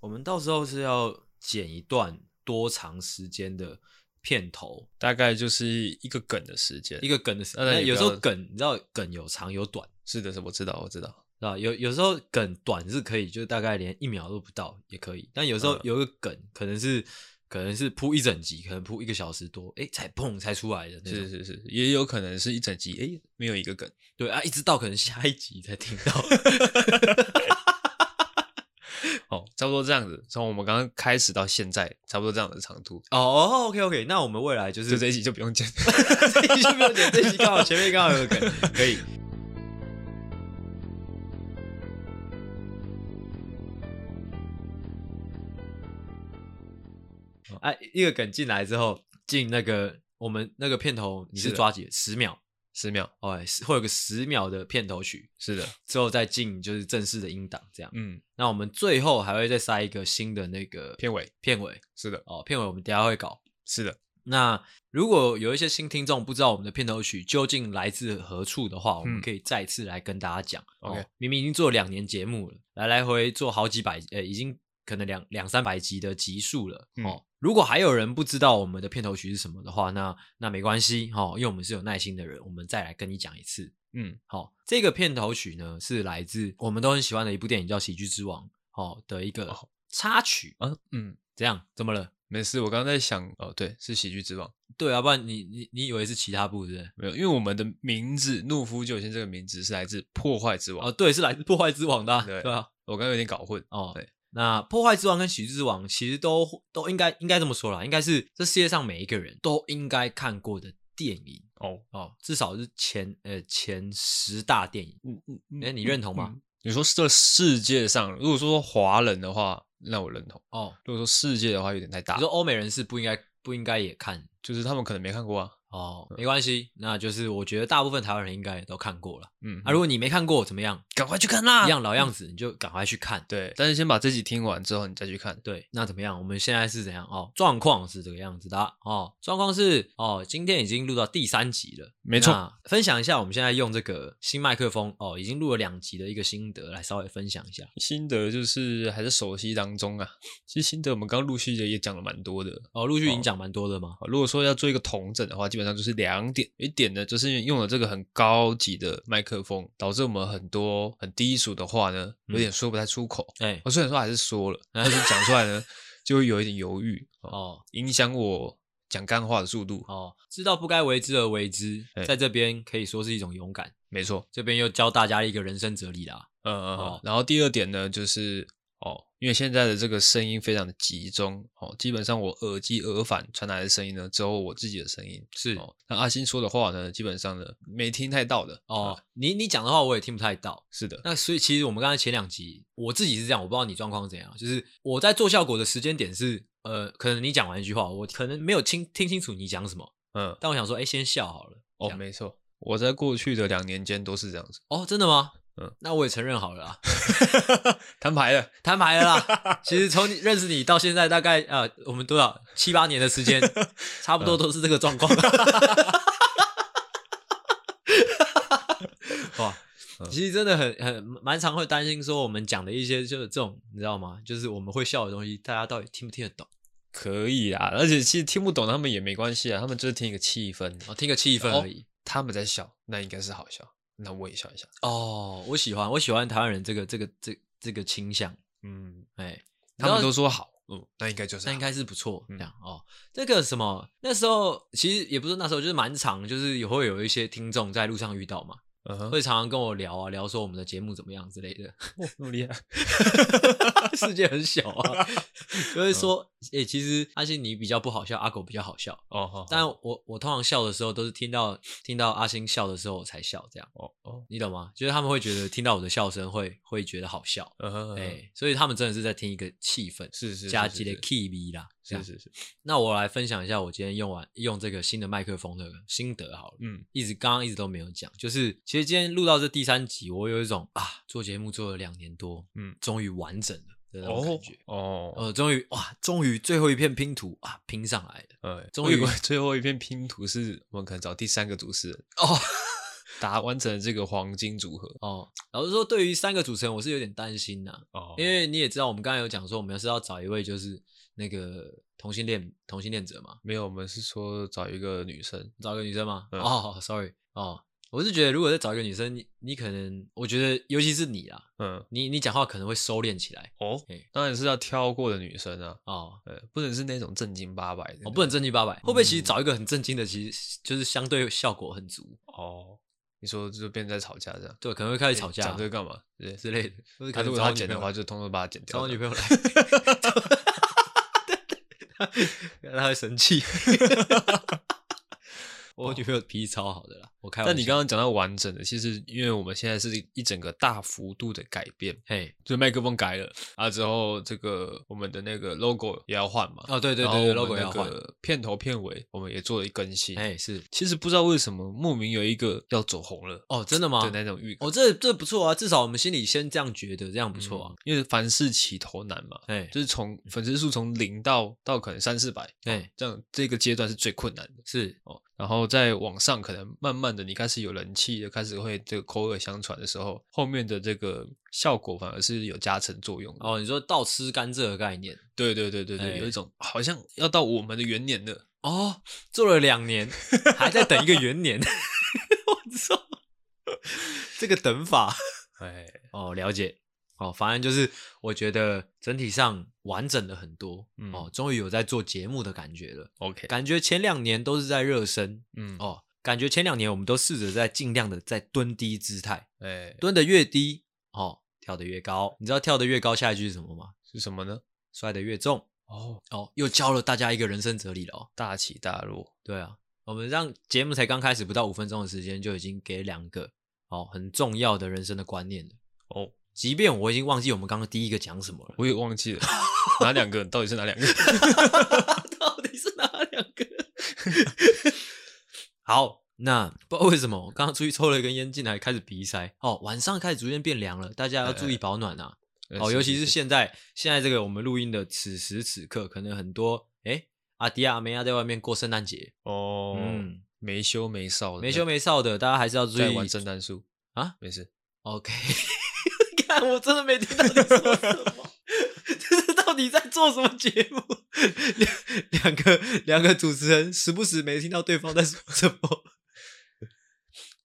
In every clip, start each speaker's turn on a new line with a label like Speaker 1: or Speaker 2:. Speaker 1: 我们到时候是要剪一段多长时间的片头，
Speaker 2: 大概就是一个梗的时间。
Speaker 1: 一个梗的时，
Speaker 2: 那那
Speaker 1: 那
Speaker 2: 也
Speaker 1: 有时
Speaker 2: 不要
Speaker 1: 候梗，你知道梗有长有短，
Speaker 2: 是的，是我知道，我知道。
Speaker 1: 是吧？有有时候梗短是可以，就大概连一秒都不到也可以，但有时候
Speaker 2: 嗯
Speaker 1: 有一个梗可能是。可能是铺一整集，可能铺一个小时多，哎、才砰才出来的那种。
Speaker 2: 是是是，也有可能是一整集，诶，没有一个梗。
Speaker 1: 对啊，一直到可能下一集才听到。
Speaker 2: 哦，差不多这样子，从我们刚刚开始到现在，差不多这样的长度，
Speaker 1: 哦、o k OK，那我们未来就是
Speaker 2: 就这一集就不用剪。
Speaker 1: 这一集就没有剪，这一集刚好前面刚好有个梗，可以。哎、一个梗进来之后，进那个我们那个片头，你是
Speaker 2: 是的
Speaker 1: 抓几十秒？
Speaker 2: 十秒，
Speaker 1: 哦，哎会有个十秒的片头曲，
Speaker 2: 是的，
Speaker 1: 之后再进就是正式的音档这样。
Speaker 2: 嗯，
Speaker 1: 那我们最后还会再塞一个新的那个
Speaker 2: 片尾，
Speaker 1: 片尾
Speaker 2: 是的，
Speaker 1: 哦，片尾我们等一下会搞。
Speaker 2: 是的，
Speaker 1: 那如果有一些新听众不知道我们的片头曲究竟来自何处的话，我们可以再次来跟大家讲。
Speaker 2: 嗯 OK
Speaker 1: 哦明明已经做两年节目了，来来回做好几百，呃，已经可能两两三百集的集数了。
Speaker 2: 嗯
Speaker 1: 哦，如果还有人不知道我们的片头曲是什么的话，那那没关系，哦，因为我们是有耐心的人，我们再来跟你讲一次。
Speaker 2: 嗯，
Speaker 1: 好、这个片头曲呢是来自我们都很喜欢的一部电影叫《喜剧之王》哦的一个
Speaker 2: 哦
Speaker 1: 插曲。
Speaker 2: 啊，嗯，
Speaker 1: 怎样？怎么了？
Speaker 2: 没事，我刚刚在想，哦，对，是喜剧之王，
Speaker 1: 对啊，不然你你你以为是其他部是不是？
Speaker 2: 没有，因为我们的名字“怒夫救星”这个名字是来自“破坏之王”
Speaker 1: 哦，对，是来自破坏之王的啊、
Speaker 2: 对
Speaker 1: 对啊，
Speaker 2: 我刚刚有点搞混。
Speaker 1: 哦
Speaker 2: 对，
Speaker 1: 那破坏之王跟喜剧之王其实都都应该应该这么说啦，应该是这世界上每一个人都应该看过的电影
Speaker 2: 哦，
Speaker 1: 哦，至少是前呃前十大电影。
Speaker 2: 嗯嗯，嗯
Speaker 1: 哎、你认同吗？
Speaker 2: 嗯你说这世界上，如果说华人的话，那我认同；
Speaker 1: 哦，
Speaker 2: 如果说世界的话，有点太大
Speaker 1: 你，说欧美人士不应该不应该也看
Speaker 2: 就是他们可能没看过啊。
Speaker 1: 哦，没关系，那就是我觉得大部分台湾人应该也都看过了。
Speaker 2: 嗯，
Speaker 1: 啊，如果你没看过怎么样？
Speaker 2: 赶快去看啦！
Speaker 1: 一样老样子，你就赶快去看。
Speaker 2: 对，但是先把这集听完之后，你再去看。
Speaker 1: 对，那怎么样？我们现在是怎样哦？状况是这个样子的啊哦，状况是哦，今天已经录到第三集了，
Speaker 2: 没错
Speaker 1: 那分享一下我们现在用这个新麦克风哦，已经录了两集的一个心得，来稍微分享一下。
Speaker 2: 心得就是还在熟悉当中啊。其实心得我们刚陆续的也讲了蛮多的。
Speaker 1: 哦，陆续已经讲蛮多的嘛。
Speaker 2: 好如果说要做一个统整的话，基本上就是两点。一点呢，就是因为用了这个很高级的麦克风，导致我们很多很低俗的话呢，
Speaker 1: 嗯
Speaker 2: 有点说不太出口。
Speaker 1: 哎、
Speaker 2: 哦我虽然说还是说了，但是讲出来呢，就会有一点犹豫，哦、
Speaker 1: 哦
Speaker 2: 影响我讲干话的速度。
Speaker 1: 哦，知道不该为之而为之，
Speaker 2: 哎
Speaker 1: 在这边可以说是一种勇敢，
Speaker 2: 没错，
Speaker 1: 这边又教大家一个人生哲理啦。
Speaker 2: 嗯嗯
Speaker 1: 哦
Speaker 2: 嗯。然后第二点呢，就是哦，因为现在的这个声音非常的集中，哦，基本上我耳机耳返传来的声音呢，只有我自己的声音。
Speaker 1: 是哦
Speaker 2: 哦，那阿星说的话呢，基本上呢没听太到的。啊
Speaker 1: 哦你你讲的话我也听不太到。
Speaker 2: 是的，
Speaker 1: 那所以其实我们刚才前两集，我自己是这样，我不知道你状况是怎样，就是我在做效果的时间点是，呃，可能你讲完一句话，我可能没有听听清楚你讲什么，
Speaker 2: 嗯，
Speaker 1: 但我想说，哎、先笑好了。
Speaker 2: 哦，
Speaker 1: 这样
Speaker 2: 没错，我在过去的两年间都是这样子，
Speaker 1: 哦，真的吗？
Speaker 2: 嗯，
Speaker 1: 那我也承认好了啦，啊
Speaker 2: 摊牌了。
Speaker 1: 摊牌了啦。 其实从你认识你到现在，大概呃，我们多少七八年的时 间，差不多都是这个状况。 哇，
Speaker 2: 嗯
Speaker 1: 其实真的很很蛮常会担心说我们讲的一些就是这种，你知道吗？就是我们会笑的东西，大家到底听不听得懂？
Speaker 2: 可以啊，而且其实听不懂他们也没关系啊，他们就是听一个气氛，
Speaker 1: 哦，听个气氛而已。
Speaker 2: 他们在笑，那应该是好笑，那我也笑一下。
Speaker 1: 哦，我喜欢，我喜欢台湾人这个这个这这个倾向，
Speaker 2: 嗯，
Speaker 1: 哎，
Speaker 2: 他们
Speaker 1: 然后
Speaker 2: 都说好，嗯，那应该就是
Speaker 1: 那
Speaker 2: 好
Speaker 1: 应该是不错，这
Speaker 2: 嗯
Speaker 1: 样哦。那个什么，那时候其实也不是那时候，就是蛮长，就是也会有一些听众在路上遇到嘛，
Speaker 2: 嗯哼，
Speaker 1: 会常常跟我聊啊，聊说我们的节目怎么样之类的。
Speaker 2: 哦 那么厉害，
Speaker 1: 世界很小 啊，就会说，诶、其实阿信你比较不好笑，阿狗比较好笑。
Speaker 2: 嗯哦好，
Speaker 1: 但我我通常笑的时候都是听到听到阿星笑的时候我才笑，这样
Speaker 2: 哦哦，
Speaker 1: 你懂吗？就是他们会觉得听到我的笑声会会觉得好笑，
Speaker 2: 嗯哼，
Speaker 1: 哎、
Speaker 2: 哎，
Speaker 1: 所以他们真的是在听一个气氛，
Speaker 2: 是是是
Speaker 1: 加
Speaker 2: 是
Speaker 1: 几的
Speaker 2: 是
Speaker 1: key B 啦，这
Speaker 2: 是
Speaker 1: 样
Speaker 2: 是是，
Speaker 1: 那我来分享一下我今天用完用这个新的麦克风的心得好了，
Speaker 2: 嗯，
Speaker 1: 一直刚刚一直都没有讲，就是其实今天录到这第三集，我有一种啊，做节目做了两年多，
Speaker 2: 嗯，
Speaker 1: 终于完整了的那种
Speaker 2: 哦
Speaker 1: 感觉，
Speaker 2: 哦，
Speaker 1: 呃，终于哇，终于最后一片拼图啊拼上来了，
Speaker 2: 哎，
Speaker 1: 终
Speaker 2: 我以
Speaker 1: 于
Speaker 2: 为最后一片拼图是我们可能找第三个主持人，
Speaker 1: 哦，
Speaker 2: 达完成了这个黄金组合
Speaker 1: 哦，老实说，对于三个主持人，我是有点担心呐、
Speaker 2: 哦
Speaker 1: 因为你也知道，我们刚才有讲说，我们是要找一位就是那个同性恋同性恋者嘛，
Speaker 2: 没有，我们是说找一个女生，
Speaker 1: 找一个女生嘛。
Speaker 2: 嗯
Speaker 1: 哦，sorry，哦，我是觉得如果再找一个女生，你你可能，我觉得尤其是你啦，
Speaker 2: 嗯，
Speaker 1: 你你讲话可能会收敛起来
Speaker 2: 哦
Speaker 1: 嘿，
Speaker 2: 当然是要挑过的女生啊，
Speaker 1: 哦，
Speaker 2: 呃，不能是那种正经八百的，嗯
Speaker 1: 我、哦不能正经八百，会不会其实找一个很正经的，其实就是相对效果很足，
Speaker 2: 哦。你说就变成在吵架这样，
Speaker 1: 对，可能会开始吵架、
Speaker 2: 讲这个干嘛？对，
Speaker 1: 之类的，或者可
Speaker 2: 他
Speaker 1: 能
Speaker 2: 如果
Speaker 1: 找
Speaker 2: 他
Speaker 1: 女
Speaker 2: 剪的
Speaker 1: 朋友
Speaker 2: 话，就通通把它剪
Speaker 1: 找
Speaker 2: 掉
Speaker 1: 我
Speaker 2: 这
Speaker 1: 女
Speaker 2: 样。
Speaker 1: 朋友来， 他会生气。我女朋友脾气超好的啦，我开玩
Speaker 2: 那
Speaker 1: 笑。
Speaker 2: 哦你刚刚讲到完整的，其实因为我们现在是一整个大幅度的改变，
Speaker 1: 嘿，
Speaker 2: 就麦克风改了啊，之后这个我们的那个 logo 也要换嘛，
Speaker 1: 哦对对
Speaker 2: 然后
Speaker 1: 对对
Speaker 2: 我
Speaker 1: ，logo
Speaker 2: 们
Speaker 1: 也要
Speaker 2: 那
Speaker 1: 换，
Speaker 2: 个片头片尾我们也做了一更新。
Speaker 1: 哎是
Speaker 2: 其实不知道为什么，莫名有一个要走红了
Speaker 1: 哦，真的吗
Speaker 2: 的？那种预感，
Speaker 1: 哦，这这不错啊，至少我们心里先这样觉得，这样不错啊
Speaker 2: 嗯。因为凡事起头难嘛，
Speaker 1: 哎
Speaker 2: 就是从粉丝数从零到到可能三四百
Speaker 1: 哎
Speaker 2: 这样，这个阶段是最困难的。
Speaker 1: 是
Speaker 2: 哦，然后在往上，可能慢慢的你开始有人气了，开始会这个口耳相传的时候，后面的这个效果反而是有加成作用的。
Speaker 1: 哦，你说倒吃甘蔗的概念
Speaker 2: 对对对对对，
Speaker 1: 哎
Speaker 2: 有一种好像要到我们的元年了，
Speaker 1: 哦，做了两年还在等一个元年， 我操， 这个等法。
Speaker 2: 哎，
Speaker 1: 哦，了解。哦，反正就是我觉得整体上完整了很多，
Speaker 2: 嗯
Speaker 1: 哦，终于有在做节目的感觉了。
Speaker 2: OK，
Speaker 1: 感觉前两年都是在热身，
Speaker 2: 嗯，哦，
Speaker 1: 哦，感觉前两年我们都试着在尽量的在蹲低姿态，
Speaker 2: 哎，
Speaker 1: 蹲得越低，哦，跳得越高。你知道跳得越高下一句是什么吗？
Speaker 2: 是什么呢？
Speaker 1: 摔得越重。
Speaker 2: 哦，
Speaker 1: 哦，又教了大家一个人生哲理了哦。
Speaker 2: 大起大落，
Speaker 1: 对啊，我们让节目才刚开始不到五分钟的时间，就已经给两个哦很重要的人生的观念了。
Speaker 2: 哦，
Speaker 1: 即便我已经忘记我们刚刚第一个讲什 么了。
Speaker 2: 我也忘记了哪两个到底是哪两个。
Speaker 1: 到底是哪两个？ 好，那不知道为什么我刚刚出去抽了一根烟进来，开始鼻塞。哦，晚上开始逐渐变凉了，大家要注意保暖啊。哦，尤其是现在现在这个我们录音的此时此刻，可能很多哎阿迪亚、阿梅亚在外面过圣诞节，
Speaker 2: 哦，
Speaker 1: 嗯，
Speaker 2: 没羞没臊的，
Speaker 1: 没羞没臊的，大家还是要注
Speaker 2: 在
Speaker 1: 意
Speaker 2: 玩圣诞树
Speaker 1: 啊，
Speaker 2: 没事，
Speaker 1: OK，看我真的没听到你说什么， 这是到底在做什么节目？两两个两个主持人时不时没听到对方在说什么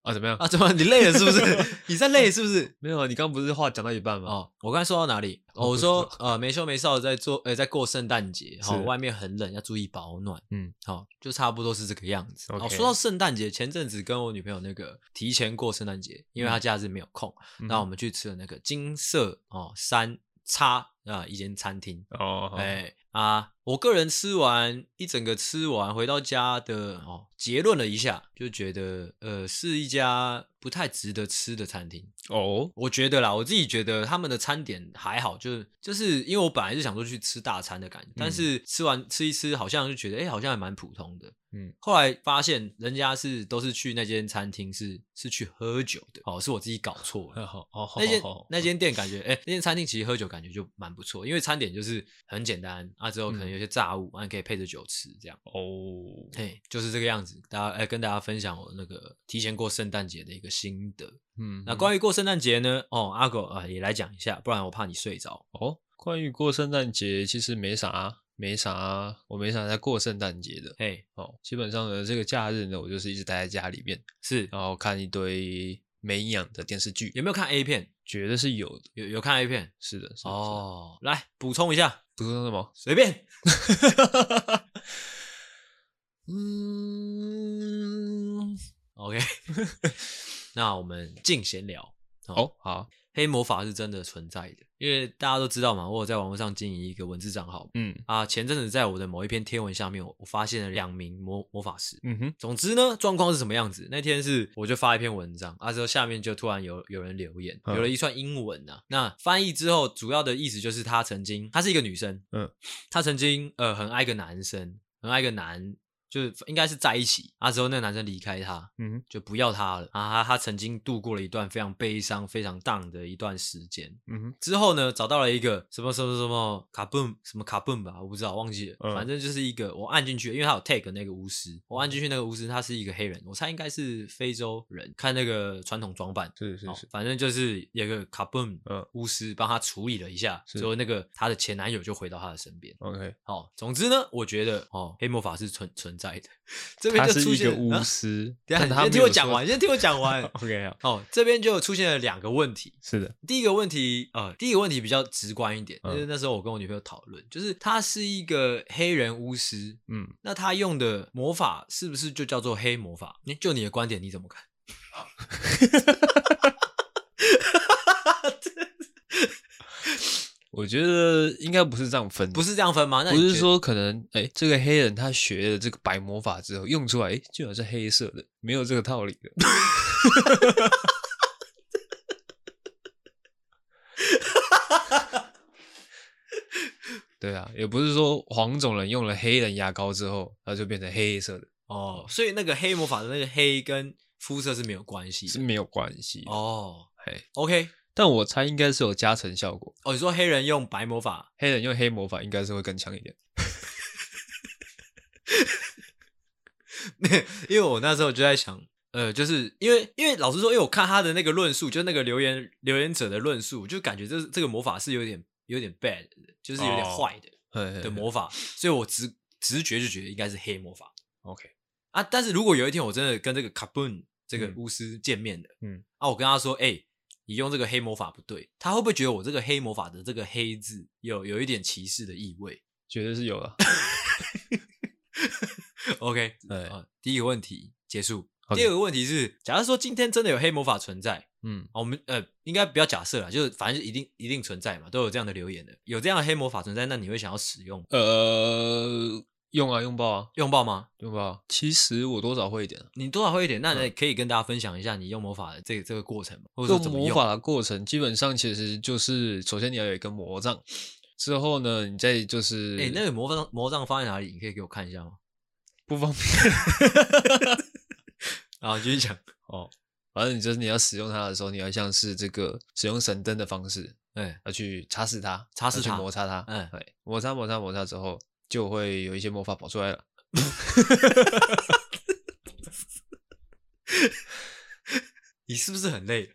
Speaker 2: 啊，怎么样？
Speaker 1: 啊？怎么你累了是不 是？你在累是不是？
Speaker 2: 没有，啊，你刚不是话讲到一半吗？
Speaker 1: 哦，我刚才说到哪里？哦，我
Speaker 2: 我不知
Speaker 1: 说
Speaker 2: 道
Speaker 1: 呃没羞没臊的在做，呃在过圣诞节，好、
Speaker 2: 是
Speaker 1: 外面很冷，要注意保暖。
Speaker 2: 嗯，
Speaker 1: 好、就差不多是这个样子。哦，
Speaker 2: OK
Speaker 1: 说到圣诞节，前阵子跟我女朋友那个提前过圣诞节，因为她假日没有空，
Speaker 2: 嗯
Speaker 1: 那我们去吃了那个金色哦三叉啊一间餐厅，
Speaker 2: 哦，好
Speaker 1: 哎、啊，我个人吃完一整个吃完回到家的哦，结论了一下，就觉得呃是一家不太值得吃的餐厅。
Speaker 2: 哦，
Speaker 1: 我觉得啦，我自己觉得他们的餐点还好，就是就是因为我本来是想说去吃大餐的感觉，
Speaker 2: 嗯
Speaker 1: 但是吃完吃一吃，好像就觉得哎、好像还蛮普通的。
Speaker 2: 嗯，
Speaker 1: 后来发现人家是都是去那间餐厅是是去喝酒的，哦，是我自己搞错 了。
Speaker 2: 好哦，
Speaker 1: 那间
Speaker 2: 好
Speaker 1: 那间店感觉，哎、那间餐厅其实喝酒感觉就蛮不错，因为餐点就是很简单啊，之后可能
Speaker 2: 嗯
Speaker 1: 有些炸物，啊，你可以配着酒吃这样。
Speaker 2: 哦，
Speaker 1: 嘿，就是这个样子，大家哎、跟大家分享我那个提前过圣诞节的一个心得。
Speaker 2: 嗯，
Speaker 1: 那
Speaker 2: 于
Speaker 1: 关于过圣诞节呢？哦，阿狗啊、呃也来讲一下，不然我怕你睡着。
Speaker 2: 哦，关于过圣诞节其实没啥。没啥，我没啥在过圣诞节的
Speaker 1: 嘿，
Speaker 2: 哦。基本上呢，这个假日呢，我就是一直待在家里面，
Speaker 1: 是
Speaker 2: 然后看一堆没营养的电视剧，
Speaker 1: 有没有看 A 片？
Speaker 2: 绝对是有的。
Speaker 1: 有有看 A 片？
Speaker 2: 是的，是的，
Speaker 1: 哦，来补充一下，
Speaker 2: 是的不是什么，
Speaker 1: 随便。
Speaker 2: 嗯，
Speaker 1: OK，那我们进闲聊。
Speaker 2: 哦，好，
Speaker 1: 黑魔法是真的存在的，因为大家都知道嘛，我有在网络上经营一个文字账号
Speaker 2: 嗯
Speaker 1: 啊。前阵子在我的某一篇贴文下面，我我发现了两名魔魔法师，
Speaker 2: 嗯哼，
Speaker 1: 总之呢，状况是什么样子？那天是我就发一篇文章，啊之后下面就突然有有人留言，
Speaker 2: 嗯
Speaker 1: 留了一串英文啊。那翻译之后，主要的意思就是 她曾经，她是一个女生，
Speaker 2: 嗯，
Speaker 1: 她曾经呃很爱一个男生，很爱一个男就是应该是在一起啊，之后那个男生离开她，
Speaker 2: 嗯，
Speaker 1: 就不要她了啊。她她曾经度过了一段非常悲伤、非常 down 的一段时间。
Speaker 2: 嗯哼，
Speaker 1: 之后呢，找到了一个什么什么什么卡蹦什么卡蹦吧，我不知道忘记了，
Speaker 2: 嗯
Speaker 1: 反正就是一个我按进去，因为他有 tag 那个巫师，我按进去那个巫师他是一个黑人，我猜应该是非洲人，看那个传统装扮，
Speaker 2: 是是
Speaker 1: 哦
Speaker 2: 是，
Speaker 1: 反正就是有个卡蹦
Speaker 2: 嗯
Speaker 1: 巫师帮他处理了一下，
Speaker 2: 是
Speaker 1: 之后那个她的前男友就回到她的身边。
Speaker 2: ，OK，
Speaker 1: 好、总之呢，我觉得哦，黑魔法是存存在的，这边
Speaker 2: 他
Speaker 1: 就是出
Speaker 2: 一
Speaker 1: 现
Speaker 2: 个
Speaker 1: 了
Speaker 2: 巫
Speaker 1: 啊
Speaker 2: 师，
Speaker 1: 等一下，你
Speaker 2: 但他
Speaker 1: 先
Speaker 2: 没
Speaker 1: 听我
Speaker 2: 有
Speaker 1: 讲
Speaker 2: 说。
Speaker 1: 完，你先听我讲完
Speaker 2: ，OK 好，
Speaker 1: 哦，这边就出现了两个问题。
Speaker 2: 是的，
Speaker 1: 第一个问题，呃，第一个问题比较直观一点，
Speaker 2: 嗯
Speaker 1: 就是那时候我跟我女朋友讨论，就是他是一个黑人巫师，
Speaker 2: 嗯，
Speaker 1: 那他用的魔法是不是就叫做黑魔法？你就你的观点你怎么看？
Speaker 2: 我觉得应该不是这样分的，
Speaker 1: 不是这样分吗？那
Speaker 2: 不
Speaker 1: 你
Speaker 2: 是
Speaker 1: 觉得
Speaker 2: 说可能哎、诶这个黑人他学了这个白魔法之后用出来，哎、居然是黑色的，没有这个道理的。 对啊，也不是说黄种人用了黑人牙膏之后，它就变成黑色的，
Speaker 1: 哦，所以那个黑魔法的那个黑跟肤色是没有关系
Speaker 2: 是
Speaker 1: 的
Speaker 2: 没有关系的。
Speaker 1: 哦。
Speaker 2: 嘿
Speaker 1: OK，
Speaker 2: 但我猜应该是有加成效果，
Speaker 1: 哦，你说黑人用白魔法
Speaker 2: 黑人用黑魔法应该是会更强一点。
Speaker 1: 因为我那时候就在想，呃，就是因为因为老实说，因为我看他的那个论述，就是那个留言留言者的论述，就感觉这这个魔法是有点有点 bad，的就是有点
Speaker 2: 哦
Speaker 1: 坏的、
Speaker 2: 嗯
Speaker 1: 的魔法，所以我直直觉就觉得应该是黑魔法
Speaker 2: OK，
Speaker 1: 啊。但是如果有一天我真的跟这个卡本这个
Speaker 2: 嗯
Speaker 1: 巫师见面了，
Speaker 2: 嗯，
Speaker 1: 啊，我跟他说，哎、你用这个黑魔法不对，他会不会觉得我这个黑魔法的这个黑字有有一点歧视的意味
Speaker 2: 绝对是有了。
Speaker 1: ？OK，
Speaker 2: 对
Speaker 1: 啊，第一个问题结束。
Speaker 2: OK
Speaker 1: 第二个问题是，假如说今天真的有黑魔法存在，
Speaker 2: 嗯
Speaker 1: 啊，我们呃，应该不要假设啦，就是反正一定一定存在嘛，都有这样的留言的，有这样的黑魔法存在，那你会想要使用
Speaker 2: 呃，用啊，用爆啊，
Speaker 1: 用爆吗？
Speaker 2: 用爆啊。其实我多少会一点啊，
Speaker 1: 你多少会一点，那你可以跟大家分享一下你用魔法的这个这个过程嘛，或者
Speaker 2: 用
Speaker 1: 说怎么
Speaker 2: 魔法的过程基本上其实就是，首先你要有一个魔杖，之后呢，你再就是，
Speaker 1: 哎、那个魔杖魔杖放在哪里？你可以给我看一下吗？
Speaker 2: 不方便
Speaker 1: 啊，继续讲。
Speaker 2: 哦。反正你就是你要使用它的时候，你要像是这个使用神灯的方式，
Speaker 1: 哎、
Speaker 2: 要去擦拭它，
Speaker 1: 擦拭
Speaker 2: 要去
Speaker 1: 它
Speaker 2: 摩擦它，
Speaker 1: 嗯
Speaker 2: 对，摩擦摩擦摩擦之后，就会有一些魔法跑出来了。
Speaker 1: 你是不是很累？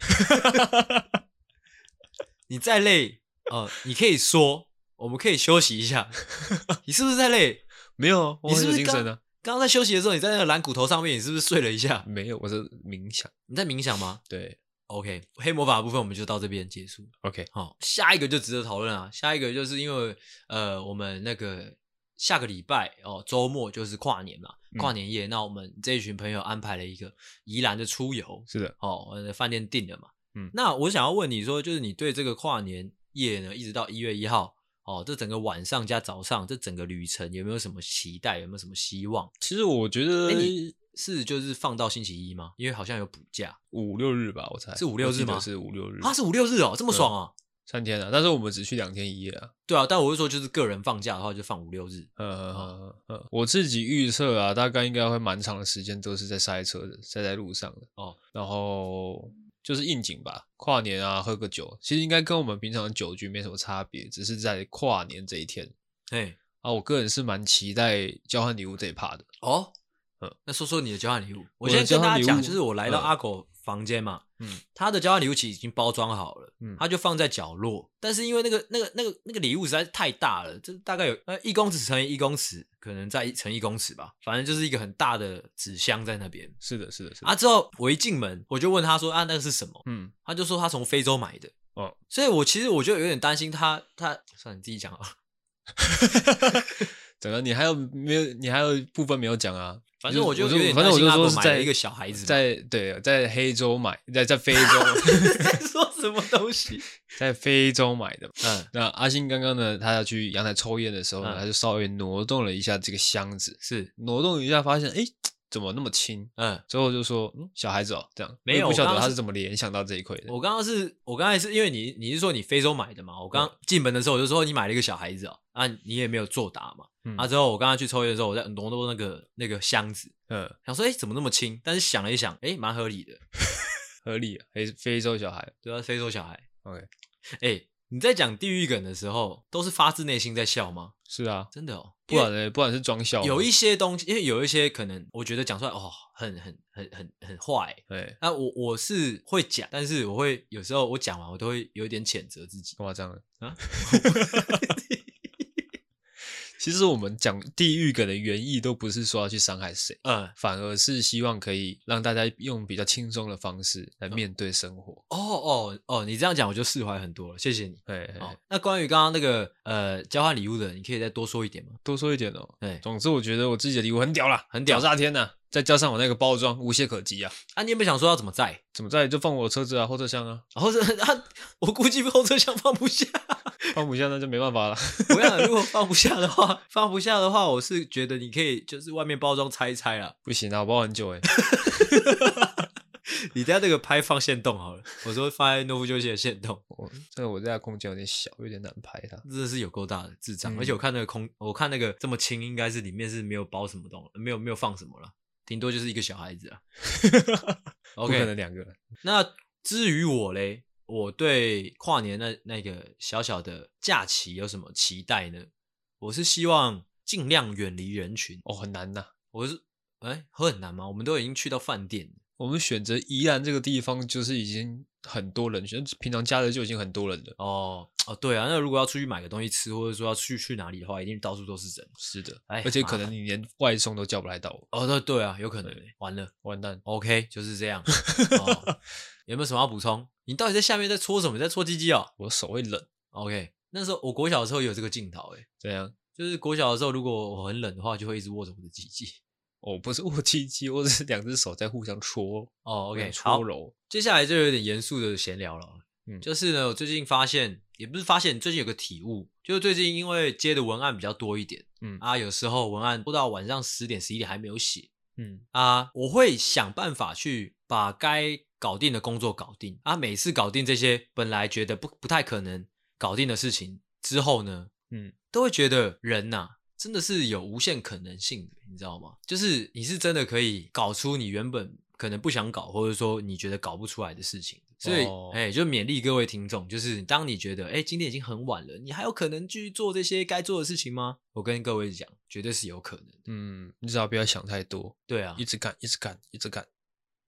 Speaker 1: 你再累，呃，你可以说，我们可以休息一下。 你是不是在累？
Speaker 2: 没有啊，我
Speaker 1: 你是
Speaker 2: 很
Speaker 1: 不
Speaker 2: 有
Speaker 1: 是
Speaker 2: 精
Speaker 1: 刚
Speaker 2: 神啊？
Speaker 1: 刚刚在休息的时候，你在那个蓝骨头上面，你是不是睡了一下？
Speaker 2: 没有，我是冥想。
Speaker 1: 你在冥想吗？
Speaker 2: 对
Speaker 1: OK，黑魔法的部分我们就到这边结束。
Speaker 2: ，OK，
Speaker 1: 好、下一个就值得讨论啊。下一个就是因为呃，我们那个下个礼拜哦，周末就是跨年嘛，
Speaker 2: 嗯
Speaker 1: 跨年夜。那我们这一群朋友安排了一个宜兰的出游，
Speaker 2: 是的，
Speaker 1: 哦，我的饭店订了嘛。
Speaker 2: 嗯
Speaker 1: 那我想要问你说，就是你对这个跨年夜呢，一直到一月一号哦，这整个晚上加早上，这整个旅程有没有什么期待？有没有什么希望？
Speaker 2: 其实我觉得
Speaker 1: 哎你是就是放到星期一吗？因为好像有补假
Speaker 2: 五六日吧，我猜
Speaker 1: 是五六日
Speaker 2: 我记得
Speaker 1: 吗
Speaker 2: 是五六日
Speaker 1: 啊，是五六日哦，这么爽啊！
Speaker 2: 三天啊，但是我们只去两天一夜啊。
Speaker 1: 对啊，但我是说，就是个人放假的话，就放五六日。哦
Speaker 2: 呃，嗯我自己预测啊，大概应该会蛮长的时间都是在塞车的，塞在路上的
Speaker 1: 哦。
Speaker 2: 然后就是应景吧，跨年啊，喝个酒，其实应该跟我们平常的酒局没什么差别，只是在跨年这一天
Speaker 1: 哎，
Speaker 2: 啊，我个人是蛮期待交换礼物这一趴的。
Speaker 1: 哦，
Speaker 2: 嗯
Speaker 1: 那说说你的交换礼物。我
Speaker 2: 我的
Speaker 1: 先跟大家
Speaker 2: 交换
Speaker 1: 讲，
Speaker 2: 礼物
Speaker 1: 就是我来到
Speaker 2: 嗯
Speaker 1: 阿狗房间嘛，
Speaker 2: 嗯，
Speaker 1: 他的交换礼物其实已经包装好了，
Speaker 2: 嗯
Speaker 1: 他就放在角落。但是因为那个、那个、那个、那个礼物实在是太大了，这大概有呃一公尺乘以一公尺，可能再乘一公尺吧，反正就是一个很大的纸箱在那边。
Speaker 2: 是的，是的，是的。
Speaker 1: 啊，之后我一进门，我就问他说啊，那个是什么？
Speaker 2: 嗯，
Speaker 1: 他就说他从非洲买的。
Speaker 2: 哦，
Speaker 1: 所以我其实我就有点担心他，他算了你自己讲啊。
Speaker 2: 怎么样？你还有没有？你还有部分没有讲啊？
Speaker 1: 反正我就
Speaker 2: 就
Speaker 1: 有点
Speaker 2: 反正
Speaker 1: 担
Speaker 2: 我
Speaker 1: 心
Speaker 2: 就
Speaker 1: 阿
Speaker 2: 说
Speaker 1: 狗
Speaker 2: 是
Speaker 1: 买
Speaker 2: 在
Speaker 1: 了一个小孩子嘛
Speaker 2: 在对，在黑洲买，在在非洲，
Speaker 1: 在说什么东西？
Speaker 2: 在非洲买的。
Speaker 1: 嗯，
Speaker 2: 那阿星刚刚呢，他要去阳台抽烟的时候呢，
Speaker 1: 嗯
Speaker 2: 他就稍微挪动了一下这个箱子，
Speaker 1: 是
Speaker 2: 挪动一下，发现哎，诶怎么那么轻？
Speaker 1: 嗯，
Speaker 2: 之后就说，嗯，小孩子哦，这样
Speaker 1: 没有
Speaker 2: 我也不晓
Speaker 1: 我刚
Speaker 2: 得
Speaker 1: 刚
Speaker 2: 他
Speaker 1: 是
Speaker 2: 是怎么联想到这一块的。
Speaker 1: 我刚刚是我刚才是因为你你是说你非洲买的嘛？我刚进门的时候我就说你买了一个小孩子哦，啊，你也没有作答嘛。
Speaker 2: 嗯
Speaker 1: 啊，之后我刚刚去抽烟的时候，我在挪动那个那个箱子，
Speaker 2: 嗯，
Speaker 1: 想说哎、诶怎么那么轻？但是想了一想，哎、蛮合理的，
Speaker 2: 合理啊，非非洲小孩
Speaker 1: 对啊，非洲小孩。
Speaker 2: ，OK，
Speaker 1: 哎、你在讲地狱梗的时候，都是发自内心在笑吗？
Speaker 2: 是啊，
Speaker 1: 真的哦，
Speaker 2: 不然呢，不然是装笑，
Speaker 1: 有一些东西，因为有一些可能我觉得讲出来哦，很很很很很坏。
Speaker 2: 哎，
Speaker 1: 那我我是会讲，但是我会有时候我讲完，我都会有点谴责自己。
Speaker 2: 干嘛这样呢？
Speaker 1: 啊
Speaker 2: 其实我们讲地狱梗的原意都不是说要去伤害谁，
Speaker 1: 嗯，
Speaker 2: 反而是希望可以让大家用比较轻松的方式
Speaker 1: 嗯
Speaker 2: 来面对生活。
Speaker 1: 哦哦哦，你这样讲我就释怀很多了，谢谢你。
Speaker 2: 哎、
Speaker 1: 哦
Speaker 2: 哎，
Speaker 1: 那关于刚刚那个呃交换礼物的，你可以再多说一点吗？
Speaker 2: 多说一点哦。
Speaker 1: 对
Speaker 2: 总之，我觉得我自己的礼物很屌啦，
Speaker 1: 很屌
Speaker 2: 屌炸天呐、再加上我那个包装，无懈可击啊！
Speaker 1: 啊，你有没有想说要怎么载？
Speaker 2: 怎么在就放我车子啊，后车厢啊，
Speaker 1: 然后是 啊，我估计后车厢放不下。
Speaker 2: 放不下那就没办法了。
Speaker 1: 我 想如果放不下的话，放不下的话，我是觉得你可以就是外面包装拆一拆啦。
Speaker 2: 不行啊，我包很久哎、
Speaker 1: 你等下那个拍放线动好了，我说放在诺夫救星的线动，
Speaker 2: 我这个我家的空间有点小，有点难拍它。
Speaker 1: 真的是有够大的智障。
Speaker 2: 嗯
Speaker 1: 而且我看那个空，我看那个这么轻，应该是里面是没有包什么东，没有没有放什么了，顶多就是一个小孩 子啊。
Speaker 2: 不可
Speaker 1: OK，
Speaker 2: 能两个人。
Speaker 1: 那至于我嘞，我对跨年那那个小小的假期有什么期待呢？我是希望尽量远离人群。
Speaker 2: 哦，很难呐、
Speaker 1: 我是哎，会很难吗？我们都已经去到饭店了，
Speaker 2: 我们选择宜兰这个地方，就是已经很多人，选平常假日就已经很多人了。
Speaker 1: 哦哦，对啊，那如果要出去买个东西吃，或者说要去去哪里的话，一定到处都是人。
Speaker 2: 是的，
Speaker 1: 哎
Speaker 2: 而且
Speaker 1: 麻
Speaker 2: 可能你连外送都叫不来到我，
Speaker 1: 哦，对对啊，有可能欸，完了
Speaker 2: 完蛋。
Speaker 1: ，OK，就是这样。 哦、有没有什么要补充？你到底在下面在搓什么？你在搓鸡鸡哦
Speaker 2: 我手会冷，
Speaker 1: ？OK，那时候我国小的时候有这个镜头，哎，
Speaker 2: 怎样？
Speaker 1: 就是国小的时候，如果我很冷的话，就会一直握着我的鸡鸡。
Speaker 2: 我、哦不是握鸡鸡，我只是两只手在互相戳
Speaker 1: 哦
Speaker 2: 互
Speaker 1: ，OK，
Speaker 2: 相
Speaker 1: 好
Speaker 2: 搓，揉。
Speaker 1: 接下来就有点严肃的闲聊了。
Speaker 2: 嗯
Speaker 1: 就是呢，我最近发现，也不是发现，最近有个体悟，就是最近因为接的文案比较多一点，
Speaker 2: 嗯
Speaker 1: 啊，有时候文案拖到晚上十点十一点还没有写，
Speaker 2: 嗯，
Speaker 1: 啊，我会想办法去把该搞定的工作搞定啊。每次搞定这些本来觉得不不太可能搞定的事情之后呢，
Speaker 2: 嗯，
Speaker 1: 都会觉得人呐、真的是有无限可能性的，你知道吗？就是你是真的可以搞出你原本可能不想搞，或者说你觉得搞不出来的事情。所以，哎、
Speaker 2: 哦
Speaker 1: 就勉励各位听众，就是当你觉得，哎、今天已经很晚了，你还有可能继续做这些该做的事情吗？我跟各位讲，绝对是有可能的。
Speaker 2: 嗯，你只要不要想太多，
Speaker 1: 对啊，
Speaker 2: 一直干，一直干，一直干。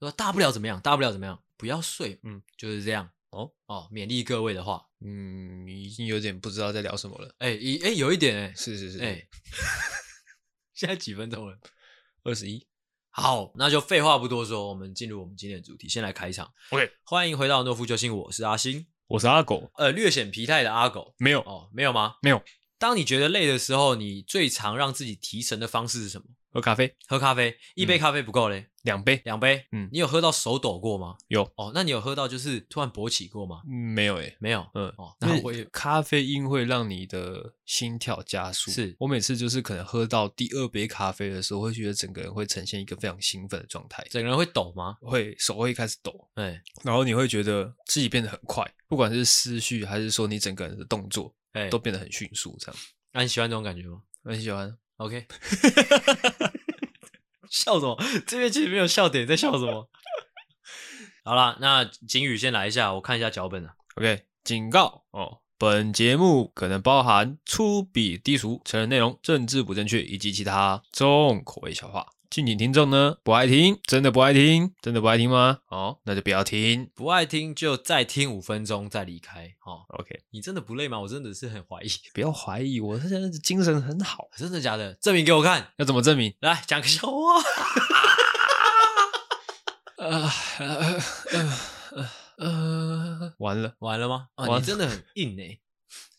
Speaker 1: 说大不了怎么样，大不了怎么样，不要睡，嗯
Speaker 2: 嗯，
Speaker 1: 就是这样
Speaker 2: 哦
Speaker 1: 哦，勉励各位的话，
Speaker 2: 嗯，已经有点不知道在聊什么了。
Speaker 1: 哎、一哎、有一点哎、
Speaker 2: 是是是，
Speaker 1: 哎、 现在几分钟了？
Speaker 2: 二十一，
Speaker 1: 好，那就废话不多说，我们进入我们今天的主题，先来开场。
Speaker 2: OK
Speaker 1: 欢迎回到诺夫救星，我是阿星，
Speaker 2: 我是阿狗，
Speaker 1: 呃，略显疲态的阿狗
Speaker 2: 没有，
Speaker 1: 哦，没有吗？
Speaker 2: 没有。
Speaker 1: 当你觉得累的时候，你最常让自己提神的方式是什么？
Speaker 2: 喝咖啡
Speaker 1: 喝咖啡，一杯咖啡不够嘞，
Speaker 2: 两杯，
Speaker 1: 两杯。
Speaker 2: 嗯
Speaker 1: 你有喝到手抖过吗？
Speaker 2: 有
Speaker 1: 哦，那你有喝到就是突然勃起过吗？
Speaker 2: 嗯没有哎、
Speaker 1: 没有。
Speaker 2: 嗯，
Speaker 1: 哦，
Speaker 2: 那
Speaker 1: 那我
Speaker 2: 我
Speaker 1: 也
Speaker 2: 咖啡因会让你的心跳加速。
Speaker 1: 是
Speaker 2: 我每次就是可能喝到第二杯咖啡的时候，会觉得整个人会呈现一个非常兴奋的状态，
Speaker 1: 整个人会抖吗？
Speaker 2: 会手会开始抖，
Speaker 1: 哎
Speaker 2: 然后你会觉得自己变得很快，不管是思绪还是说你整个人的动作
Speaker 1: 哎，
Speaker 2: 都变得很迅速，这样
Speaker 1: 那你喜欢这种感觉吗
Speaker 2: 很喜欢。
Speaker 1: ？OK，笑什么？这边其实没有笑点，在笑什么？ 好啦，那景宇先来一下，我看一下脚本啊。
Speaker 2: OK，警告哦。本节目可能包含粗鄙低俗、成人内容、政治不正确以及其他重口味笑话，敬请听众呢不爱听，真的不爱听，真的不爱听吗？哦，那就不要听。
Speaker 1: 不爱听就再听五分钟再离开。哦，
Speaker 2: OK，
Speaker 1: 你真的不累吗？我真的是很怀疑，
Speaker 2: 不要怀疑我，他现在精神很好。
Speaker 1: 真的假的？证明给我看，
Speaker 2: 要怎么证明？
Speaker 1: 来讲个笑话。
Speaker 2: 呃呃呃呃，完了，
Speaker 1: 完了吗？啊，
Speaker 2: 完
Speaker 1: 你真的很硬诶、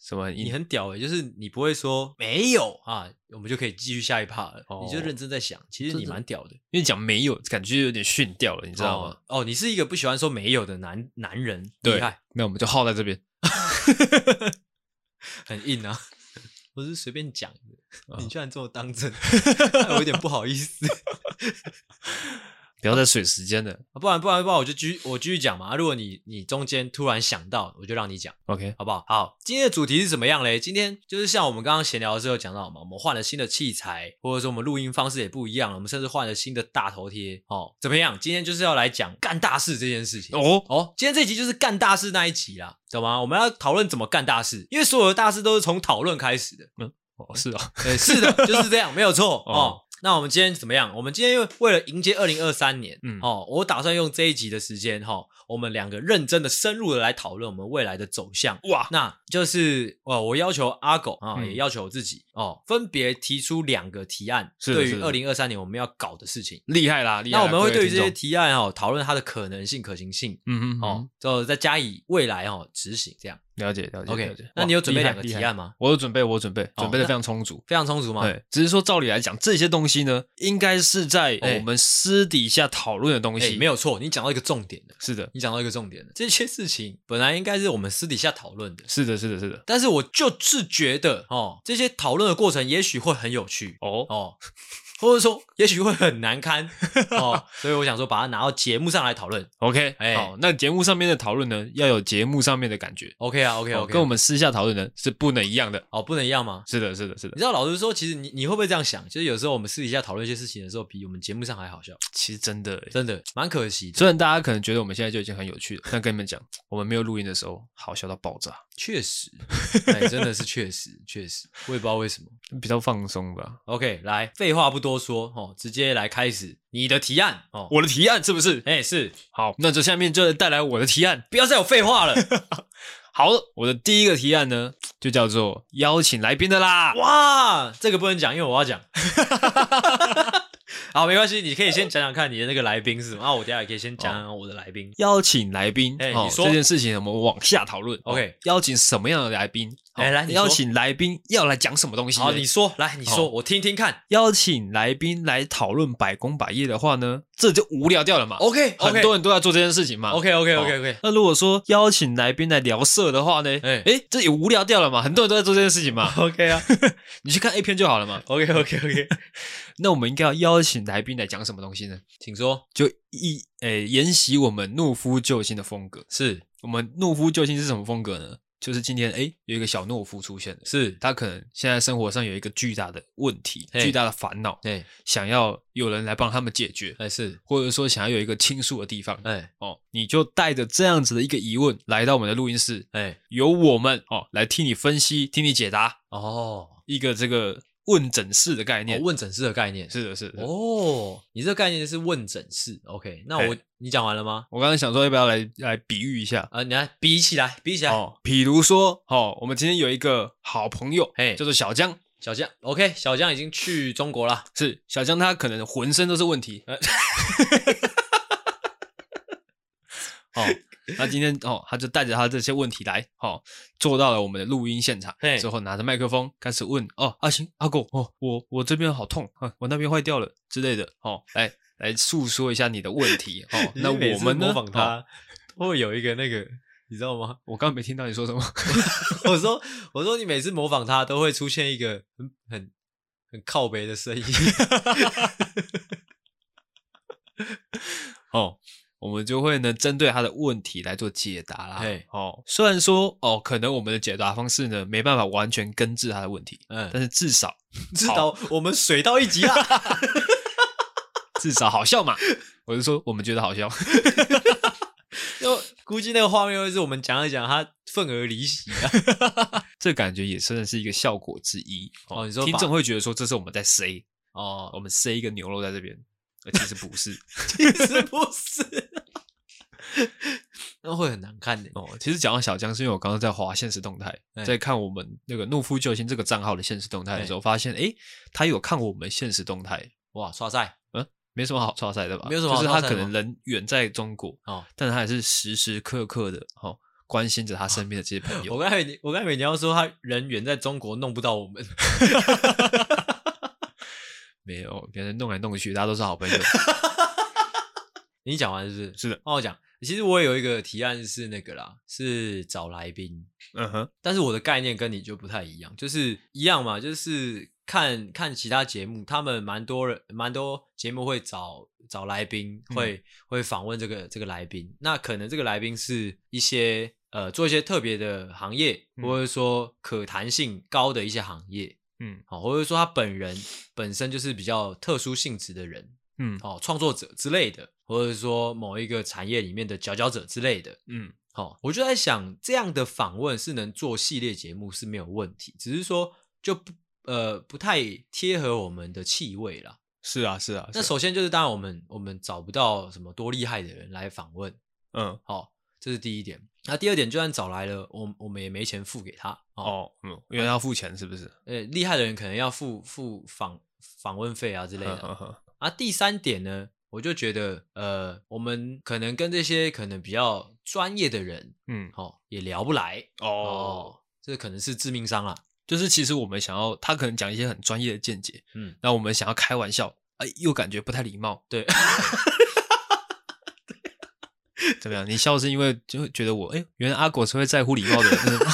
Speaker 2: 什么
Speaker 1: 你
Speaker 2: 硬？
Speaker 1: 很屌诶、就是你不会说没有啊，我们就可以继续下一趴了。你就
Speaker 2: 哦
Speaker 1: 认真在想，其实你
Speaker 2: 真的
Speaker 1: 蛮屌的。
Speaker 2: 因为讲没有，感觉有点逊掉了，你知道吗？
Speaker 1: 哦？哦，你是一个不喜欢说没有的男男人，厉
Speaker 2: 对
Speaker 1: 害，，
Speaker 2: 那我们就耗在这边。
Speaker 1: 很硬啊。我是随便讲的，
Speaker 2: 哦
Speaker 1: 你居然这么当 真，害我有点不好意思。
Speaker 2: 不要再水时间了。
Speaker 1: 啊不然不然不然，我就继续我继续讲嘛。如果你你中间突然想到，我就让你讲，
Speaker 2: OK，
Speaker 1: 好不好？好，今天的主题是怎么样嘞？今天就是像我们刚刚闲聊的时候讲到嘛，我们换了新的器材，或者说我们录音方式也不一样了，我们甚至换了新的大头贴哦。怎么样？今天就是要来讲干大事这件事情。
Speaker 2: 哦，
Speaker 1: 哦，今天这一集就是干大事那一集啦，懂吗？我们要讨论怎么干大事，因为所有的大事都是从讨论开 始的。
Speaker 2: 哦是哦，
Speaker 1: 对，是的，就是这样，没有错
Speaker 2: 哦
Speaker 1: 哦。那我们今天怎么样？我们今天又为了迎接二零二三年，
Speaker 2: 嗯
Speaker 1: 嗯，哦，我打算用这一集的时间，哈、哦，我们两个认真的、深入的来讨论我们未来的走向。
Speaker 2: 哇，
Speaker 1: 那就是哦，我要求阿狗啊、
Speaker 2: 嗯
Speaker 1: 也要求我自己哦，分别提出两个提案，
Speaker 2: 是的
Speaker 1: 对
Speaker 2: 是
Speaker 1: 于
Speaker 2: 的
Speaker 1: 二零二三年我们要搞的事情。
Speaker 2: 厉害啦，厉害
Speaker 1: 那我
Speaker 2: 啦！
Speaker 1: 们会
Speaker 2: 各
Speaker 1: 对
Speaker 2: 位
Speaker 1: 于这
Speaker 2: 听
Speaker 1: 些
Speaker 2: 众，
Speaker 1: 提案哦，讨论它的可能性、可行性，
Speaker 2: 嗯哼哼，
Speaker 1: 哦，之后再加以未来哦执行这样。
Speaker 2: 了解了解
Speaker 1: OK，
Speaker 2: 了解
Speaker 1: 那你有准备
Speaker 2: 哇
Speaker 1: 两个
Speaker 2: 厉
Speaker 1: 提
Speaker 2: 害
Speaker 1: 案吗？哦
Speaker 2: 我有准备，我有准备，准备的
Speaker 1: 那
Speaker 2: 非常充足。
Speaker 1: 非常充足吗？哎
Speaker 2: 对，只是说照理来讲，这些东西呢，应该是在哦
Speaker 1: 哎
Speaker 2: 我们私底下讨论的东
Speaker 1: 哎、
Speaker 2: 西。
Speaker 1: 没有错，你讲到一个重点的，
Speaker 2: 是的，
Speaker 1: 你讲到一个重点的，这些事情本来应该是我们私底下讨论的，
Speaker 2: 是的，是的，是的。
Speaker 1: 但是我就是觉得哦，这些讨论的过程也许会很有趣
Speaker 2: 哦，
Speaker 1: 哦， 或者说也许会很难堪 哦，所以我想说把它拿到节目上来讨论。
Speaker 2: OK，
Speaker 1: 哎
Speaker 2: 好，那节目上面的讨论呢，要有节目上面的感觉
Speaker 1: OK 啊，OK
Speaker 2: 哦
Speaker 1: OK，
Speaker 2: 跟我们私下讨论呢是不能一样的。
Speaker 1: 哦不能一样吗？
Speaker 2: 是的，是的，是的
Speaker 1: 你。知道，老实说，其实你你会不会这样想？就是有时候我们私底下讨论一些事情的时候，比我们节目上还好笑，
Speaker 2: 其实真的，
Speaker 1: 真的哎蛮可惜的。
Speaker 2: 虽然大家可能觉得我们现在就已经很有趣了，但跟你们讲，我们没有录音的时候好笑到爆炸，
Speaker 1: 确实，哎、真的是确实确实，我也不知道为什么。
Speaker 2: 比较放松吧。
Speaker 1: OK，来，废话不多说哦，直接来开始你的提案哦。
Speaker 2: 我的提案是不是？
Speaker 1: 哎、是，
Speaker 2: 好，那这下面就带来我的提案。
Speaker 1: 不要再有废话了。
Speaker 2: 好，我的第一个提案呢，就叫做邀请来宾的啦。
Speaker 1: 哇，这个不能讲，因为我要 讲。好，没关系，你可以先讲讲看你的那个来宾是什么。啊，我等一下也可以先讲讲我的来宾。
Speaker 2: 邀请来宾，
Speaker 1: 哎
Speaker 2: 哦
Speaker 1: 你，说
Speaker 2: 这件事情我们往下讨论。
Speaker 1: OK
Speaker 2: 哦邀请什么样的来宾？哦
Speaker 1: 哎来你说
Speaker 2: 邀请来宾要来讲什么东西呢？
Speaker 1: 好，你说，来，你
Speaker 2: 好
Speaker 1: 说，我听听看。
Speaker 2: 邀请来宾来讨论百工百业的话呢，这就无聊掉了嘛。
Speaker 1: 哦 OK，
Speaker 2: 很多人都在做这件事情嘛。
Speaker 1: 啊 OK，OK，OK，OK，
Speaker 2: 那如果说邀请来宾来聊色的话呢？
Speaker 1: 哎
Speaker 2: 哎，这也无聊掉了嘛。很多人都在做这件事情嘛。
Speaker 1: OK 啊
Speaker 2: 你去看 A 片就好了嘛。
Speaker 1: ，OK，OK，OK，
Speaker 2: 那我们应该要邀请来宾来讲什么东西呢？
Speaker 1: 请说。
Speaker 2: 就一诶，沿袭我们懦夫救星的风格。
Speaker 1: 是
Speaker 2: 我们懦夫究竟是什么风格呢？就是今天诶，有一个小懦夫出现了，
Speaker 1: 是，
Speaker 2: 他可能现在生活上有一个巨大的问题、
Speaker 1: 嘿
Speaker 2: 巨大的烦恼，
Speaker 1: 哎
Speaker 2: 想要有人来帮他们解决，
Speaker 1: 哎是，
Speaker 2: 或者说想要有一个倾诉的地方。
Speaker 1: 哎
Speaker 2: 哦，你就带着这样子的一个疑问来到我们的录音室，
Speaker 1: 哎
Speaker 2: 由我们哦来替你分析、替你解答
Speaker 1: 哦，
Speaker 2: 一个这个问诊室的概
Speaker 1: 哦
Speaker 2: 念。
Speaker 1: 问诊室的概念
Speaker 2: 是的，是的。
Speaker 1: 哦，你这个概念是问诊室。OK，那我
Speaker 2: 哎
Speaker 1: 你讲完了吗？
Speaker 2: 我刚刚想说要不要来来比喻一下。
Speaker 1: 啊，你来比起来，比起来，
Speaker 2: 哦，比如说，哦，我们今天有一个好朋友，
Speaker 1: 嘿
Speaker 2: 叫做小江，
Speaker 1: 小江，OK，小江已经去中国了。
Speaker 2: 是小江，他可能浑身都是问题。
Speaker 1: 呃
Speaker 2: 哦，那今天哦，他就带着他这些问题来，哦，坐到了我们的录音现场
Speaker 1: 嘿
Speaker 2: 之后，拿着麦克风开始问哦，阿星、阿狗，哦，我我这边好痛啊，我那边坏掉了之类的，哦，来来诉说一下你的问题， 哦，那我们呢？
Speaker 1: 模仿
Speaker 2: 哦，
Speaker 1: 他，会有一个那个，你知道吗？
Speaker 2: 我刚刚没听到你说什么，
Speaker 1: 我说，我说你每次模仿他都会出现一个很很很靠北的声音。
Speaker 2: 哦，我们就会呢针对他的问题来做解答啦。
Speaker 1: 嘿
Speaker 2: 哦，虽然说哦，可能我们的解答方式呢没办法完全根治他的问题，
Speaker 1: 嗯
Speaker 2: 但，是至少
Speaker 1: 至少我们水到一级 啦。
Speaker 2: 至少好笑嘛。我是说，我们觉得好笑，
Speaker 1: 就估计那个画面会是我们讲一讲他愤而离席啊。
Speaker 2: 这感觉也真的是一个效果之一。
Speaker 1: 哦你说
Speaker 2: 听
Speaker 1: 把
Speaker 2: 众会觉得说这是我们在塞，我
Speaker 1: 哦，
Speaker 2: 们塞一个牛肉在这边，呃其实不是
Speaker 1: 其实不是， 那会很难看的。
Speaker 2: 哦。其实讲到小江，是因为我刚刚在滑现实动态，
Speaker 1: 哎
Speaker 2: 在看我们那个怒夫救星这个账号的现实动态的时候，发现诶，他有看我们现实动态，
Speaker 1: 哇，刷赛
Speaker 2: 没什么好抓塞的吧？
Speaker 1: 没有什么好
Speaker 2: 就是他
Speaker 1: 抓塞
Speaker 2: 可
Speaker 1: 的吗
Speaker 2: 能人远在中国，
Speaker 1: 哦。
Speaker 2: 但他还是时时刻刻的哦关心着他身边的这些朋友。
Speaker 1: 我刚才以为你我刚才以为你要说他人远在中国弄不到我们，
Speaker 2: 没有，别人弄来弄去，大家都是好朋 友。
Speaker 1: 你讲完是不是？
Speaker 2: 是的，
Speaker 1: 那我讲，其实我也有一个提案是那个啦，是找来宾，
Speaker 2: 嗯哼，
Speaker 1: 但是我的概念跟你就不太一样，就是一样嘛，就是看看其他节目，他们蛮多人蛮多节目会找找来宾，
Speaker 2: 嗯
Speaker 1: 会、会访问这个这个来宾。那可能这个来宾是一些呃做一些特别的行业，
Speaker 2: 嗯
Speaker 1: 或者说可弹性高的一些行业，
Speaker 2: 嗯
Speaker 1: 好、或者说他本人本身就是比较特殊性质的人，
Speaker 2: 嗯
Speaker 1: 哦，创作者之类的，或者说某一个产业里面的佼佼者之类的。
Speaker 2: 嗯
Speaker 1: 好、我就在想，这样的访问是能做系列节目是没有问题，只是说就不呃不太贴合我们的气味啦。
Speaker 2: 是啊是啊，
Speaker 1: 那
Speaker 2: 是啊
Speaker 1: 首先就是，当然我们我们找不到什么多厉害的人来访问，
Speaker 2: 嗯
Speaker 1: 好、这是第一点。那第二点，就算找来了，我我们也没钱付给他哦。
Speaker 2: 哦嗯，因为要付钱是不是？
Speaker 1: 呃，厉害的人可能要付付访访问费啊之类的。
Speaker 2: 嗯嗯
Speaker 1: 啊，第三点呢，我就觉得，呃，我们可能跟这些可能比较专业的人，
Speaker 2: 嗯
Speaker 1: 哦，也聊不来
Speaker 2: 哦，
Speaker 1: 哦，这可能是致命伤啦。
Speaker 2: 就是其实我们想要他可能讲一些很专业的见解，
Speaker 1: 嗯，
Speaker 2: 那我们想要开玩笑，哎，又感觉不太礼貌， 啊
Speaker 1: 对，
Speaker 2: 怎么样？你笑是因为就会觉得我哎，原来阿果是会在乎礼貌的人，真的吗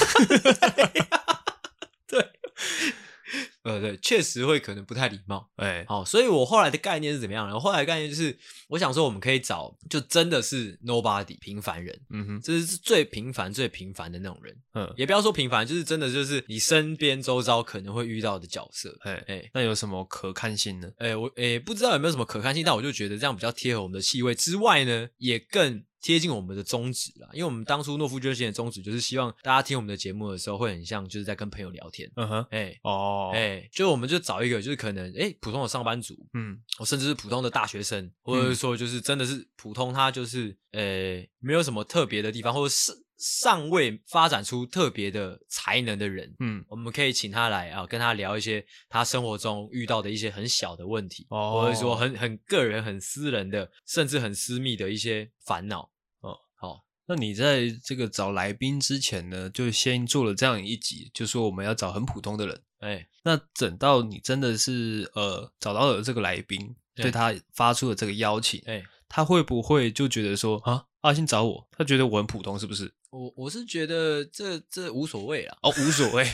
Speaker 1: 呃，对，确实会可能不太礼貌。
Speaker 2: 哎，
Speaker 1: 好、所以我后来的概念是怎么样呢？我后来的概念就是，我想说我们可以找就真的是 nobody 平凡人，
Speaker 2: 嗯哼，
Speaker 1: 这是最平凡、最平凡的那种人，
Speaker 2: 嗯，
Speaker 1: 也不要说平凡，就是真的就是你身边周遭可能会遇到的角色。
Speaker 2: 哎，
Speaker 1: 哎、
Speaker 2: 那有什么可看性呢？
Speaker 1: 诶、我诶、不知道有没有什么可看性，但我就觉得这样比较贴合我们的气味之外呢，也更贴近我们的宗旨啦。因为我们当初诺夫捐献的宗旨就是希望大家听我们的节目的时候，会很像就是在跟朋友聊天。
Speaker 2: 嗯哼，
Speaker 1: 哎、
Speaker 2: 哦
Speaker 1: 哎、，就我们就找一个就是可能哎、诶普通的上班族，
Speaker 2: 嗯
Speaker 1: 哦甚至是普通的大学生，或者是说就是真的是普通，他就是呃、没有什么特别的地方，或者是尚未发展出特别的才能的人。
Speaker 2: 嗯，
Speaker 1: 我们可以请他来啊，跟他聊一些他生活中遇到的一些很小的问题，
Speaker 2: 哦
Speaker 1: 或者说很很个人、很私人的，甚至很私密的一些烦恼。
Speaker 2: 哦，
Speaker 1: 好，
Speaker 2: 那你在这个找来宾之前呢，就先做了这样一集，就说我们要找很普通的人。
Speaker 1: 哎，
Speaker 2: 那等到你真的是呃找到了这个来宾，
Speaker 1: 对
Speaker 2: 对他发出了这个邀请，
Speaker 1: 哎，
Speaker 2: 他会不会就觉得说啊，阿星找我，他觉得我很普通是不是？，
Speaker 1: 我我是觉得这这无所谓啦
Speaker 2: 哦，无 所谓。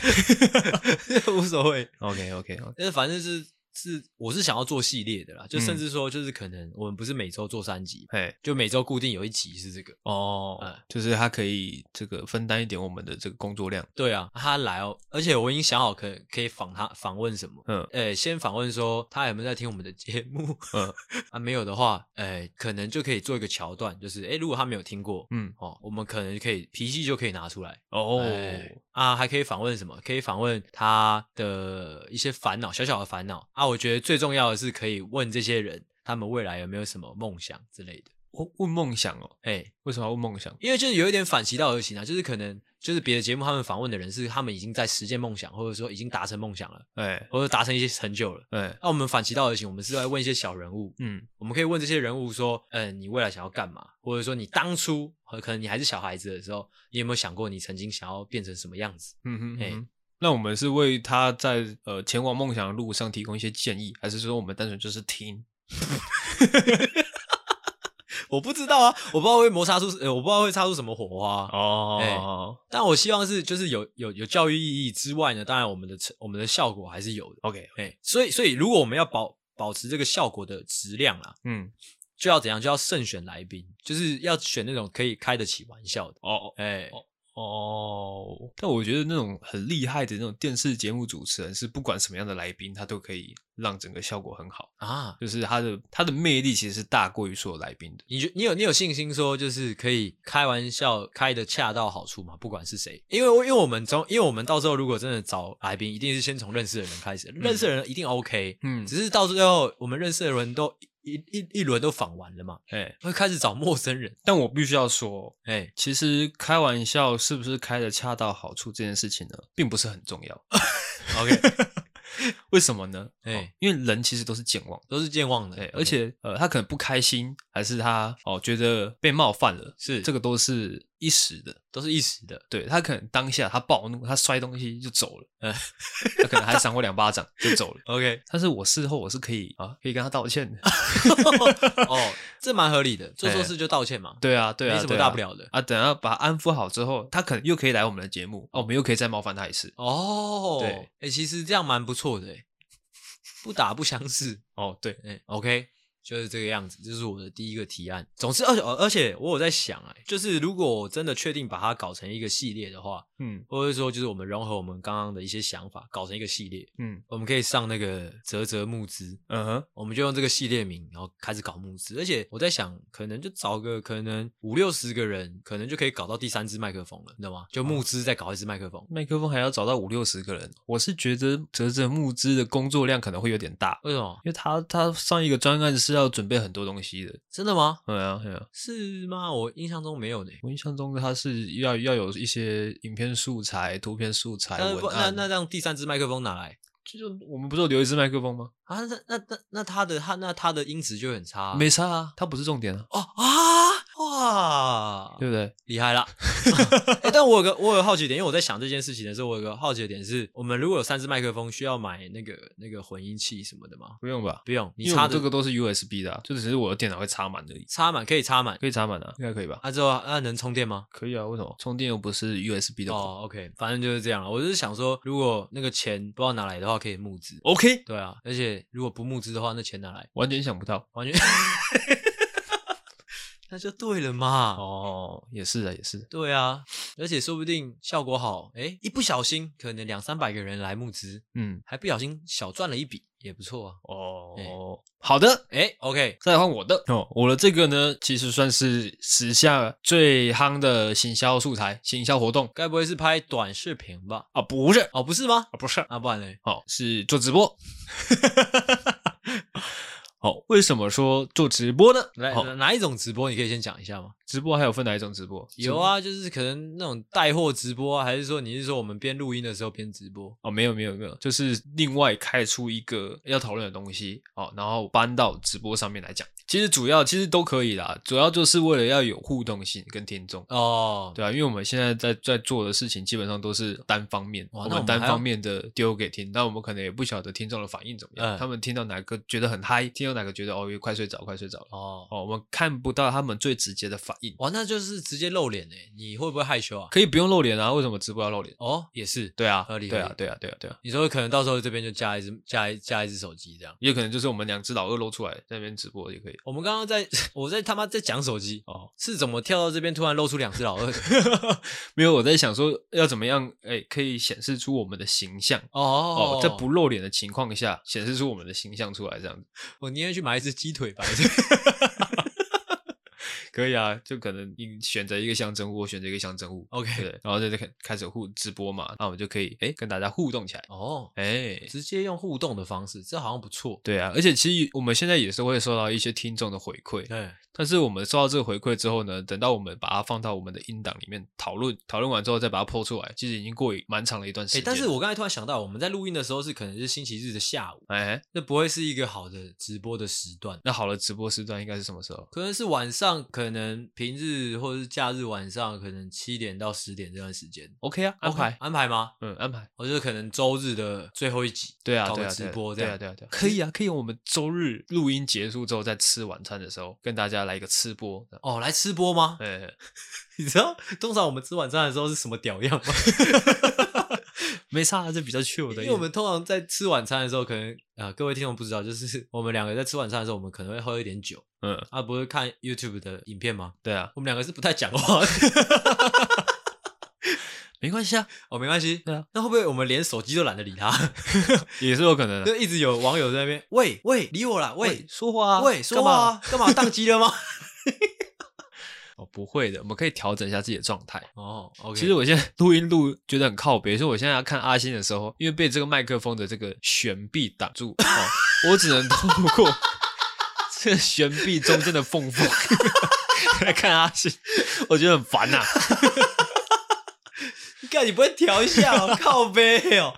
Speaker 1: 无所谓，
Speaker 2: OK OK OK。
Speaker 1: 但是反正是是我是想要做系列的啦，就
Speaker 2: 嗯
Speaker 1: 甚至说就是可能我们不是每周做三集，
Speaker 2: 哎，
Speaker 1: 就每周固定有一集是这个。
Speaker 2: 哦，
Speaker 1: 哎
Speaker 2: 就是他可以这个分担一点我们的这个工作量。
Speaker 1: 对啊，他来哦，而且我已经想好可可以访他访问什么。
Speaker 2: 嗯
Speaker 1: 呃，先访问说他有没有在听我们的节目
Speaker 2: 嗯
Speaker 1: 啊？没有的话，呃，可能就可以做一个桥段，就是诶，如果他没有听过
Speaker 2: 嗯，
Speaker 1: 哦，我们可能可以脾气就可以拿出来
Speaker 2: 哦
Speaker 1: 哎啊，还可以访问什么？可以访问他的一些烦恼，小小的烦恼啊。我觉得最重要的是可以问这些人，他们未来有没有什么梦想之类的。
Speaker 2: 我问梦想哦，
Speaker 1: 哎，
Speaker 2: 为什么要问梦想？
Speaker 1: 因为就是有一点反其道而行啊，就是可能就是别的节目他们访问的人是他们已经在实现梦想，或者说已经达成梦想了，
Speaker 2: 哎
Speaker 1: 或者达成一些成就了。啊
Speaker 2: 哎，
Speaker 1: 那、我们反其道而行，我们是来问一些小人物，
Speaker 2: 嗯
Speaker 1: 我们可以问这些人物说，嗯，你未来想要干嘛？或者说你当初呃可能你还是小孩子的时候，你有没有想过你曾经想要变成什么样子？
Speaker 2: 嗯哼
Speaker 1: 哎
Speaker 2: 嗯哼。那我们是为他在呃前往梦想的路上提供一些建议，还是说我们单纯就是听？
Speaker 1: 我不知道啊，我不知道会摩擦出，呃我不知道会擦出什么火花。啊
Speaker 2: 哦
Speaker 1: 但我希望是就是有有有教育意义之外呢，当然我们的成我们的效果还是有的。
Speaker 2: ，OK，
Speaker 1: 哎、所以所以如果我们要保保持这个效果的质量啊，
Speaker 2: 嗯，
Speaker 1: 就要怎样？就要慎选来宾，就是要选那种可以开得起玩笑的。
Speaker 2: 哦
Speaker 1: 哎、
Speaker 2: 哦，但我觉得那种很厉害的那种电视节目主持人，是不管什么样的来宾，他都可以让整个效果很好，
Speaker 1: 啊，
Speaker 2: 就是他的他的魅力其实是大过于所有来宾的。
Speaker 1: 你觉你有你有信心说就是可以开玩笑开的恰到好处吗？不管是谁，因为我因为我们从因为我们到时候如果真的找来宾，一定是先从认识的人开始，认识的人一定 OK，
Speaker 2: 嗯
Speaker 1: 只是到最后我们认识的人都一一一轮都访完了嘛，
Speaker 2: 哎、
Speaker 1: 会开始找陌生人，
Speaker 2: 但我必须要说，
Speaker 1: 哎、
Speaker 2: 其实开玩笑是不是开的恰到好处这件事情呢，并不是很重要。
Speaker 1: OK
Speaker 2: 为什么呢？
Speaker 1: 哎嗯
Speaker 2: 哦因为人其实都是健忘的，
Speaker 1: 都是健忘的，
Speaker 2: 对，
Speaker 1: OK
Speaker 2: 而且呃，他可能不开心，还是他哦觉得被冒犯了，
Speaker 1: 是
Speaker 2: 这个都是一时的。
Speaker 1: 都是一时的，
Speaker 2: 对他可能当下他暴怒，他摔东西就走了，
Speaker 1: 嗯
Speaker 2: 他可能还赏我两巴掌就走了。
Speaker 1: OK
Speaker 2: 但是我事后我是可以啊，可以跟他道歉的。
Speaker 1: 哦，这蛮合理的，做错事就道歉嘛，
Speaker 2: 对啊，哎对啊，
Speaker 1: 没什么
Speaker 2: 对啊
Speaker 1: 大不了的
Speaker 2: 啊。等他把他安抚好之后，他可能又可以来我们的节目，哦，我们又可以再冒犯他一次。
Speaker 1: 哦，
Speaker 2: 对
Speaker 1: 哎、其实这样蛮不错的、哎不打不相识。
Speaker 2: 哦，对，
Speaker 1: 哎、o k 就是这个样子，这是我的第一个提案。总之，而且而且我有在想、哎，就是如果我真的确定把它搞成一个系列的话，
Speaker 2: 嗯
Speaker 1: 或者说就是我们融合我们刚刚的一些想法，搞成一个系列，
Speaker 2: 嗯
Speaker 1: 我们可以上那个泽泽募资，
Speaker 2: 嗯哼，
Speaker 1: 我们就用这个系列名，然后开始搞募资。而且我在想，可能就找个可能五六十个人，可能就可以搞到第三支麦克风了，你知道吗？就募资再搞一支麦克风。
Speaker 2: 麦克风还要找到五六十个人，我是觉得泽泽募资的工作量可能会有点大，
Speaker 1: 为什么？
Speaker 2: 因为他他上一个专案是要准备很多东西的。
Speaker 1: 真的吗？
Speaker 2: 对啊，对啊，
Speaker 1: 是吗？我印象中没有呢。
Speaker 2: 我印象中他是要要有一些影片素材、图片素材、
Speaker 1: 那
Speaker 2: 文
Speaker 1: 呃不那
Speaker 2: 案。
Speaker 1: 那让第三支麦克风哪来
Speaker 2: 这就我们不是有留一支麦克风吗？
Speaker 1: 啊？那那那那他的他那他的音质就很差啊、
Speaker 2: 没差啊，它不是重点啊，
Speaker 1: 哦啊哇，
Speaker 2: 对不对？
Speaker 1: 厉害 啦！欸但我有个我有好奇点，因为我在想这件事情的时候，我有个好奇的点是，我们如果有三支麦克风，需要买那个那个混音器什么的吗？
Speaker 2: 不用吧？
Speaker 1: 不用，你
Speaker 2: 因为我
Speaker 1: 插
Speaker 2: 们
Speaker 1: 的
Speaker 2: 这个都是 USB 的、啊，就只是我的电脑会插满而已，
Speaker 1: 插满可以插满，
Speaker 2: 可以插满啊，应该可以吧？
Speaker 1: 啊之后啊能充电吗？
Speaker 2: 可以啊，为什么？充电又不是 USB 的口。
Speaker 1: 哦，OK，反正就是这样了。我就是想说，如果那个钱不知道哪来的话，可以募资。
Speaker 2: OK，
Speaker 1: 对啊，而且如果不募资的话，那钱哪来？
Speaker 2: 完全想不到。
Speaker 1: 完全，那就对了嘛。
Speaker 2: 哦，也是啊，也是。
Speaker 1: 对啊，而且说不定效果好，哎，一不小心可能两三百个人来募资，
Speaker 2: 嗯，
Speaker 1: 还不小心小赚了一笔，也不错啊。
Speaker 2: 哦，
Speaker 1: 哎
Speaker 2: 好的。
Speaker 1: 哎，OK，
Speaker 2: 再来换我的哦，我的这个呢，其实算是时下最夯的行销素材、行销活动
Speaker 1: 该不会是拍短视频吧？
Speaker 2: 啊，不是
Speaker 1: 哦，不是吗？
Speaker 2: 啊，不是，
Speaker 1: 啊，不然嘞，
Speaker 2: 哦，是做直播。 好，为什么说做直播呢？
Speaker 1: 来、
Speaker 2: 好，
Speaker 1: 哪一种直播？你可以先讲一下吗？
Speaker 2: 直播还有分哪一种直播？
Speaker 1: 有啊，就是可能那种带货直播啊，还是说你是说我们边录音的时候边直播？
Speaker 2: 哦，没有没有没有，就是另外开出一个要讨论的东西，哦，然后搬到直播上面来讲。其实主要其实都可以啦，主要就是为了要有互动性跟听众，
Speaker 1: 哦，
Speaker 2: 对啊，因为我们现在在在做的事情基本上都是单方面，
Speaker 1: 哇
Speaker 2: 我
Speaker 1: 那我
Speaker 2: 们
Speaker 1: 们
Speaker 2: 单
Speaker 1: 还要
Speaker 2: 方面的丢给听，那我们可能也不晓得听众的反应怎么样，
Speaker 1: 嗯
Speaker 2: 他们听到哪个觉得很嗨，听到哪个觉得哦快睡着快睡着了，
Speaker 1: 哦，
Speaker 2: 哦，我们看不到他们最直接的反应，
Speaker 1: 哇，那就是直接露脸嘞，你会不会害羞啊？
Speaker 2: 可以不用露脸啊，为什么直播要露脸？
Speaker 1: 哦，也是，
Speaker 2: 对啊，
Speaker 1: 合理
Speaker 2: 对
Speaker 1: 合
Speaker 2: 啊
Speaker 1: 理，
Speaker 2: 对啊，对啊，对啊。
Speaker 1: 你说可能到时候这边就加一只加一加一只手机这样。
Speaker 2: 也可能就是我们两只老二露出来在那边直播也可以。
Speaker 1: 我们刚刚在 我在他妈在讲手机
Speaker 2: 哦，
Speaker 1: 是怎么跳到这边突然露出两只老二的？
Speaker 2: 没有，我在想说要怎么样，哎、可以显示出我们的形象
Speaker 1: 哦
Speaker 2: 哦，在不露脸的情况下，显示出我们的形象出来，这样子
Speaker 1: 我宁愿去买一只鸡腿白。
Speaker 2: 可以啊。就可能你选择一个象征物，我选择一个象征物
Speaker 1: OK
Speaker 2: 对不对，然后在这开开始互直播嘛，那我们就可以哎、跟大家互动起来，
Speaker 1: 哦，
Speaker 2: 哎、
Speaker 1: 直接用互动的方式，这好像不错。
Speaker 2: 对啊，而且其实我们现在也是会收到一些听众的回馈，
Speaker 1: 对，
Speaker 2: 但是我们收到这个回馈之后呢，等到我们把它放到我们的音档里面讨论，讨论完之后再把它抛出来，其实已经过蛮长的一段时
Speaker 1: 哎，
Speaker 2: 间。
Speaker 1: 但是我刚才突然想到，我们在录音的时候是可能是星期日的下午，
Speaker 2: 哎、
Speaker 1: 那不会是一个好的直播的时段，
Speaker 2: 那好了，直播时段应该是什么时候？
Speaker 1: 可能是晚上，可能平日或者是假日晚上，可能七点到十点这段时间
Speaker 2: OK 啊，安排
Speaker 1: OK，安排吗？
Speaker 2: 嗯，安排。
Speaker 1: 我觉得可能周日的最后一集，
Speaker 2: 对啊，
Speaker 1: 搞
Speaker 2: 对
Speaker 1: 个
Speaker 2: 啊，
Speaker 1: 直
Speaker 2: 对啊
Speaker 1: 播这
Speaker 2: 对
Speaker 1: 样
Speaker 2: 啊，，对啊，对啊，可以啊，可以。我们周日录音结束之后，在吃晚餐的时候，跟大家来一个吃播。
Speaker 1: 哦，来吃播吗？
Speaker 2: 哎，
Speaker 1: 你知道通常我们吃晚餐的时候是什么屌样吗？
Speaker 2: 没差啊，这比较 chill
Speaker 1: 因
Speaker 2: 的一种。
Speaker 1: 为我们通常在吃晚餐的时候，可能啊、呃各位听众不知道，就是我们两个在吃晚餐的时候，我们可能会喝一点酒，
Speaker 2: 嗯，
Speaker 1: 啊，不会看 YouTube 的影片吗？
Speaker 2: 对啊，
Speaker 1: 我们两个是不太讲话的，
Speaker 2: 没关系啊，
Speaker 1: 哦，没关系，
Speaker 2: 对啊，
Speaker 1: 那会不会我们连手机都懒得理他？
Speaker 2: 也是有可能的。啊
Speaker 1: 就一直有网友在那边，喂喂，理我啦，喂
Speaker 2: 说话啊，
Speaker 1: 喂，说话
Speaker 2: 干嘛
Speaker 1: 啊干嘛宕机了吗？
Speaker 2: 哦，不会的，我们可以调整一下自己的状态。
Speaker 1: 哦，OK，
Speaker 2: 其实我现在录音录觉得很靠北，所以我现在要看阿星的时候，因为被这个麦克风的这个悬臂挡住， 哦，我只能透过 这个悬臂中间的 缝缝来看阿星，我觉得很烦啊呐、
Speaker 1: 你看你不会调一下、 哦，靠背哦，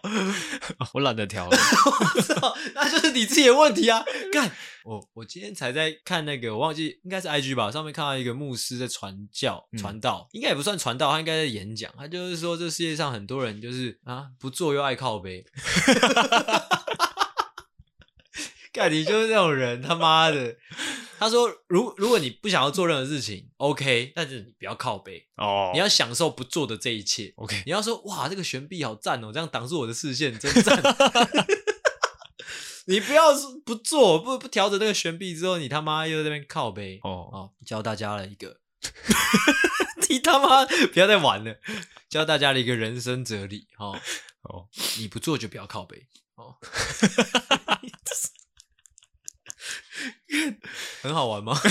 Speaker 2: 我懒 得调了。
Speaker 1: 我操， 那就是你自己的问题 啊！干，我我今天才在看那个，我忘记应该是 IG 吧，上面看到一个牧师在传教
Speaker 2: 嗯
Speaker 1: 传道，应该也不算传道，他应该在演讲，啊他就是说这世界上很多人就是啊不做又爱靠背， 干你就是那种人，他妈的。他说：“如如果你不想要做任何事情，OK，但是你不要靠背，
Speaker 2: 哦
Speaker 1: 你要享受不做的这一切。
Speaker 2: OK，
Speaker 1: 你要说哇，这个悬臂好赞哦，这样挡住我的视线，真赞。 你不要是不做不不调整那个悬臂之后，你他妈又在那边靠背
Speaker 2: 哦，
Speaker 1: 哦，教大家了一个， 你他妈不要再玩了，教大家了一个人生哲理哦
Speaker 2: 哦，
Speaker 1: 你不做就不要靠背哦，很好玩吗？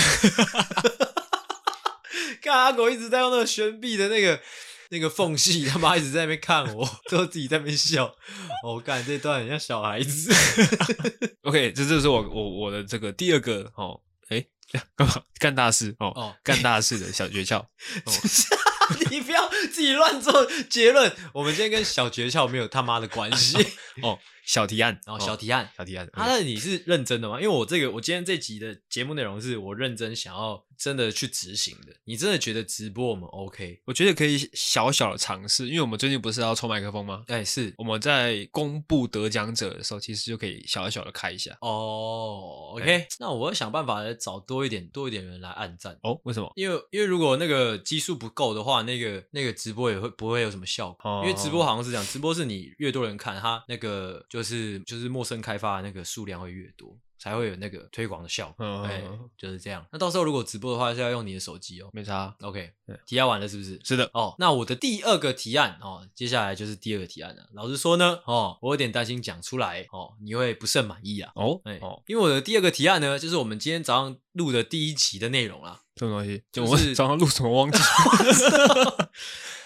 Speaker 1: 看阿狗一直在用那个悬臂的那个那个缝隙，他妈一直在那边看我，最后自己在那边笑。我、哦、干这段很像小孩子，
Speaker 2: OK，这就是我我我的这个第二个哦，哎， 干嘛干大事哦，
Speaker 1: 哦
Speaker 2: 干大事的小诀窍。
Speaker 1: 你不要自己乱做结论。我们今天跟小诀窍没有他妈的关 系。
Speaker 2: 哦， 小提案，
Speaker 1: 然后小提案，
Speaker 2: 小提案，
Speaker 1: 啊，那你是认真的吗？因为我这个，我今天这集的节目内容是我认真想要真的去执行的。你真的觉得直播我们 OK？
Speaker 2: 我觉得可以小小的尝试，因为我们最近不是要抽麦克风吗？
Speaker 1: 哎、是
Speaker 2: 我们在公布得奖者的时候，其实就可以小小的开一下。
Speaker 1: 哦，OK。那我要想办法找多一点多一点人来按赞，
Speaker 2: 哦，为什么？
Speaker 1: 因为因为如果那个基数不够的话，那个那个直播也会不会有什么效果？
Speaker 2: 哦
Speaker 1: 因为直播好像是这样，直播是你越多人看，它那个就是就是陌生开发的那个数量会越多，才会有那个推广的效果。
Speaker 2: 嗯
Speaker 1: 哎、就是这样。那到时候如果直播的话，是要用你的手机哦。
Speaker 2: 没差。
Speaker 1: OK，
Speaker 2: 对
Speaker 1: 提案完了是不是？
Speaker 2: 是的，
Speaker 1: 哦，那我的第二个提案哦，接下来就是第二个提案了。老实说呢，哦，我有点担心讲出来哦，你会不甚满意啊。
Speaker 2: 哦
Speaker 1: 哎、
Speaker 2: 哦，
Speaker 1: 因为我的第二个提案呢，就是我们今天早上录的第一集的内容啦。
Speaker 2: 什么东西？
Speaker 1: 就
Speaker 2: 就是我 早上录什么忘记？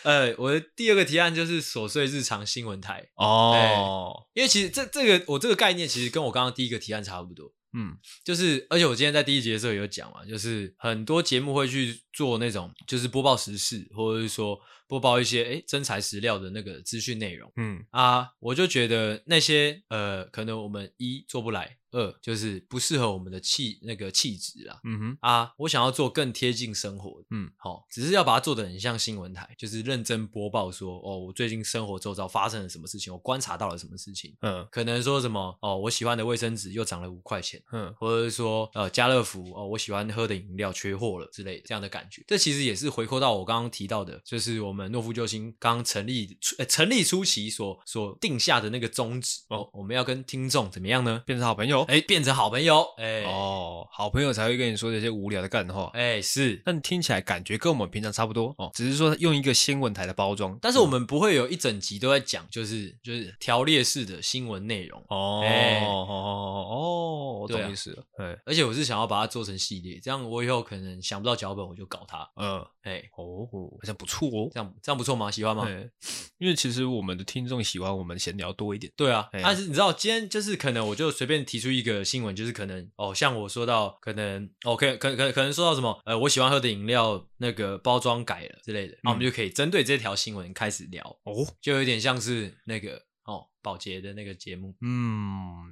Speaker 1: 呃，我的第二个提案就是琐碎日常新闻台，
Speaker 2: 哦，
Speaker 1: 因为其实这这个我这个概念其实跟我刚刚第一个提案差不多，
Speaker 2: 嗯，
Speaker 1: 就是而且我今天在第一节的时候有讲嘛，就是很多节目会去做那种就是播报时事，或者是说播报一些诶真材实料的那个资讯内容。
Speaker 2: 嗯
Speaker 1: 啊，我就觉得那些呃，可能我们一做不来，二就是不适合我们的气那个气质啦。
Speaker 2: 嗯哼，
Speaker 1: 啊，我想要做更贴近生活的，
Speaker 2: 嗯，
Speaker 1: 好、只是要把它做的很像新闻台，就是认真播报说，哦，我最近生活周遭发生了什么事情，我观察到了什么事情，
Speaker 2: 嗯
Speaker 1: 可能说什么，哦，我喜欢的卫生纸又涨了五块钱，
Speaker 2: 嗯，
Speaker 1: 或者是说呃家乐福哦，我喜欢喝的饮料缺货了之类的这样的感觉。这其实也是回扣到我刚刚提到的，就是我们诺夫救星刚成立初、呃、成立初期所所定下的那个宗旨哦，我们要跟听众怎么样呢？
Speaker 2: 变成好朋友。
Speaker 1: 哎，变成好朋友，哎、
Speaker 2: 哦，好朋友才会跟你说这些无聊的干话。
Speaker 1: 哎是。
Speaker 2: 但听起来感觉跟我们平常差不多哦，只是说用一个新闻台的包装。
Speaker 1: 但是我们不会有一整集都在讲，就是就是条列式的新闻内容，
Speaker 2: 哦
Speaker 1: 哎
Speaker 2: 哦哦哦，我
Speaker 1: 对啊
Speaker 2: 懂意思了。哎，
Speaker 1: 而且我是想要把它做成系列，这样我以后可能想不到脚本我就搞它，
Speaker 2: 嗯，
Speaker 1: 哎，
Speaker 2: 哦，好像不错哦
Speaker 1: 这。样这样不错吗？喜欢吗？
Speaker 2: 对，因为其实我们的听众喜欢我们闲聊多一点。
Speaker 1: 对啊，
Speaker 2: 哎呀
Speaker 1: 但是你知道，今天就是可能我就随便提出一个新闻，就是可能哦，像我说到可能哦，可可可可能说到什么呃，我喜欢喝的饮料那个包装改了之类的，那、啊我们就可以针对这条新闻开始聊，
Speaker 2: 哦，
Speaker 1: 就有点像是那个哦保洁的那个节目。
Speaker 2: 嗯，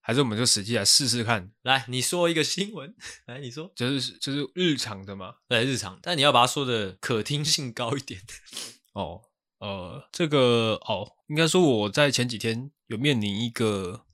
Speaker 2: 还是我们就实际来试试看，
Speaker 1: 来，你说一个新闻， 来你说，
Speaker 2: 就是就是日常的嘛。
Speaker 1: 对日常，但你要把它说的可听性高一点。
Speaker 2: 哦，呃，这个哦，应该说我在前几天有面临一个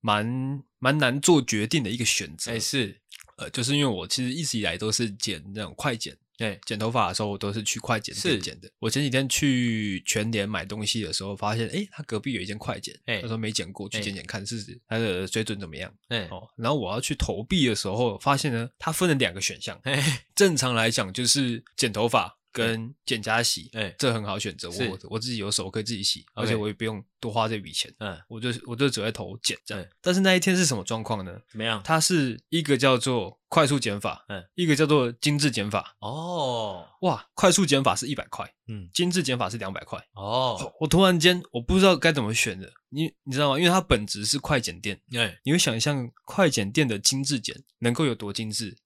Speaker 2: 蛮蛮难做决定的一个选择。
Speaker 1: 哎、是，
Speaker 2: 呃，就是因为我其实一直以来都是剪那种快剪，
Speaker 1: 哎
Speaker 2: 剪头发的时候我都是去快剪
Speaker 1: 是
Speaker 2: 店剪的。我前几天去全联买东西的时候，发现诶，他隔壁有一间快剪，
Speaker 1: 哎
Speaker 2: 那时候没剪过，去
Speaker 1: 哎
Speaker 2: 剪剪看是它的水准怎么样。
Speaker 1: 哎、
Speaker 2: 哦，然后我要去投币的时候，发现呢，它分了两个选项。
Speaker 1: 哎
Speaker 2: 正常来讲就是剪头发跟剪加洗，
Speaker 1: 哎
Speaker 2: 这很好选择，
Speaker 1: 是
Speaker 2: 我我自己有手可以自己洗，而
Speaker 1: OK
Speaker 2: 且我也不用多花这笔钱。
Speaker 1: 嗯，
Speaker 2: 我就我就只会投剪这样
Speaker 1: 哎，
Speaker 2: 但是那一天是什么状况呢？
Speaker 1: 怎么样？
Speaker 2: 它是一个叫做快速减法，
Speaker 1: 嗯，
Speaker 2: 一个叫做精致减法。
Speaker 1: 哦，
Speaker 2: 哇，快速减法是一百块，
Speaker 1: 嗯，
Speaker 2: 精致减法是两百块。
Speaker 1: 哦，
Speaker 2: 我突然间我不知道该怎么选的，你你知道吗？因为它本质是快剪店，
Speaker 1: 哎、
Speaker 2: 你会想象快剪店的精致剪能够有多精致，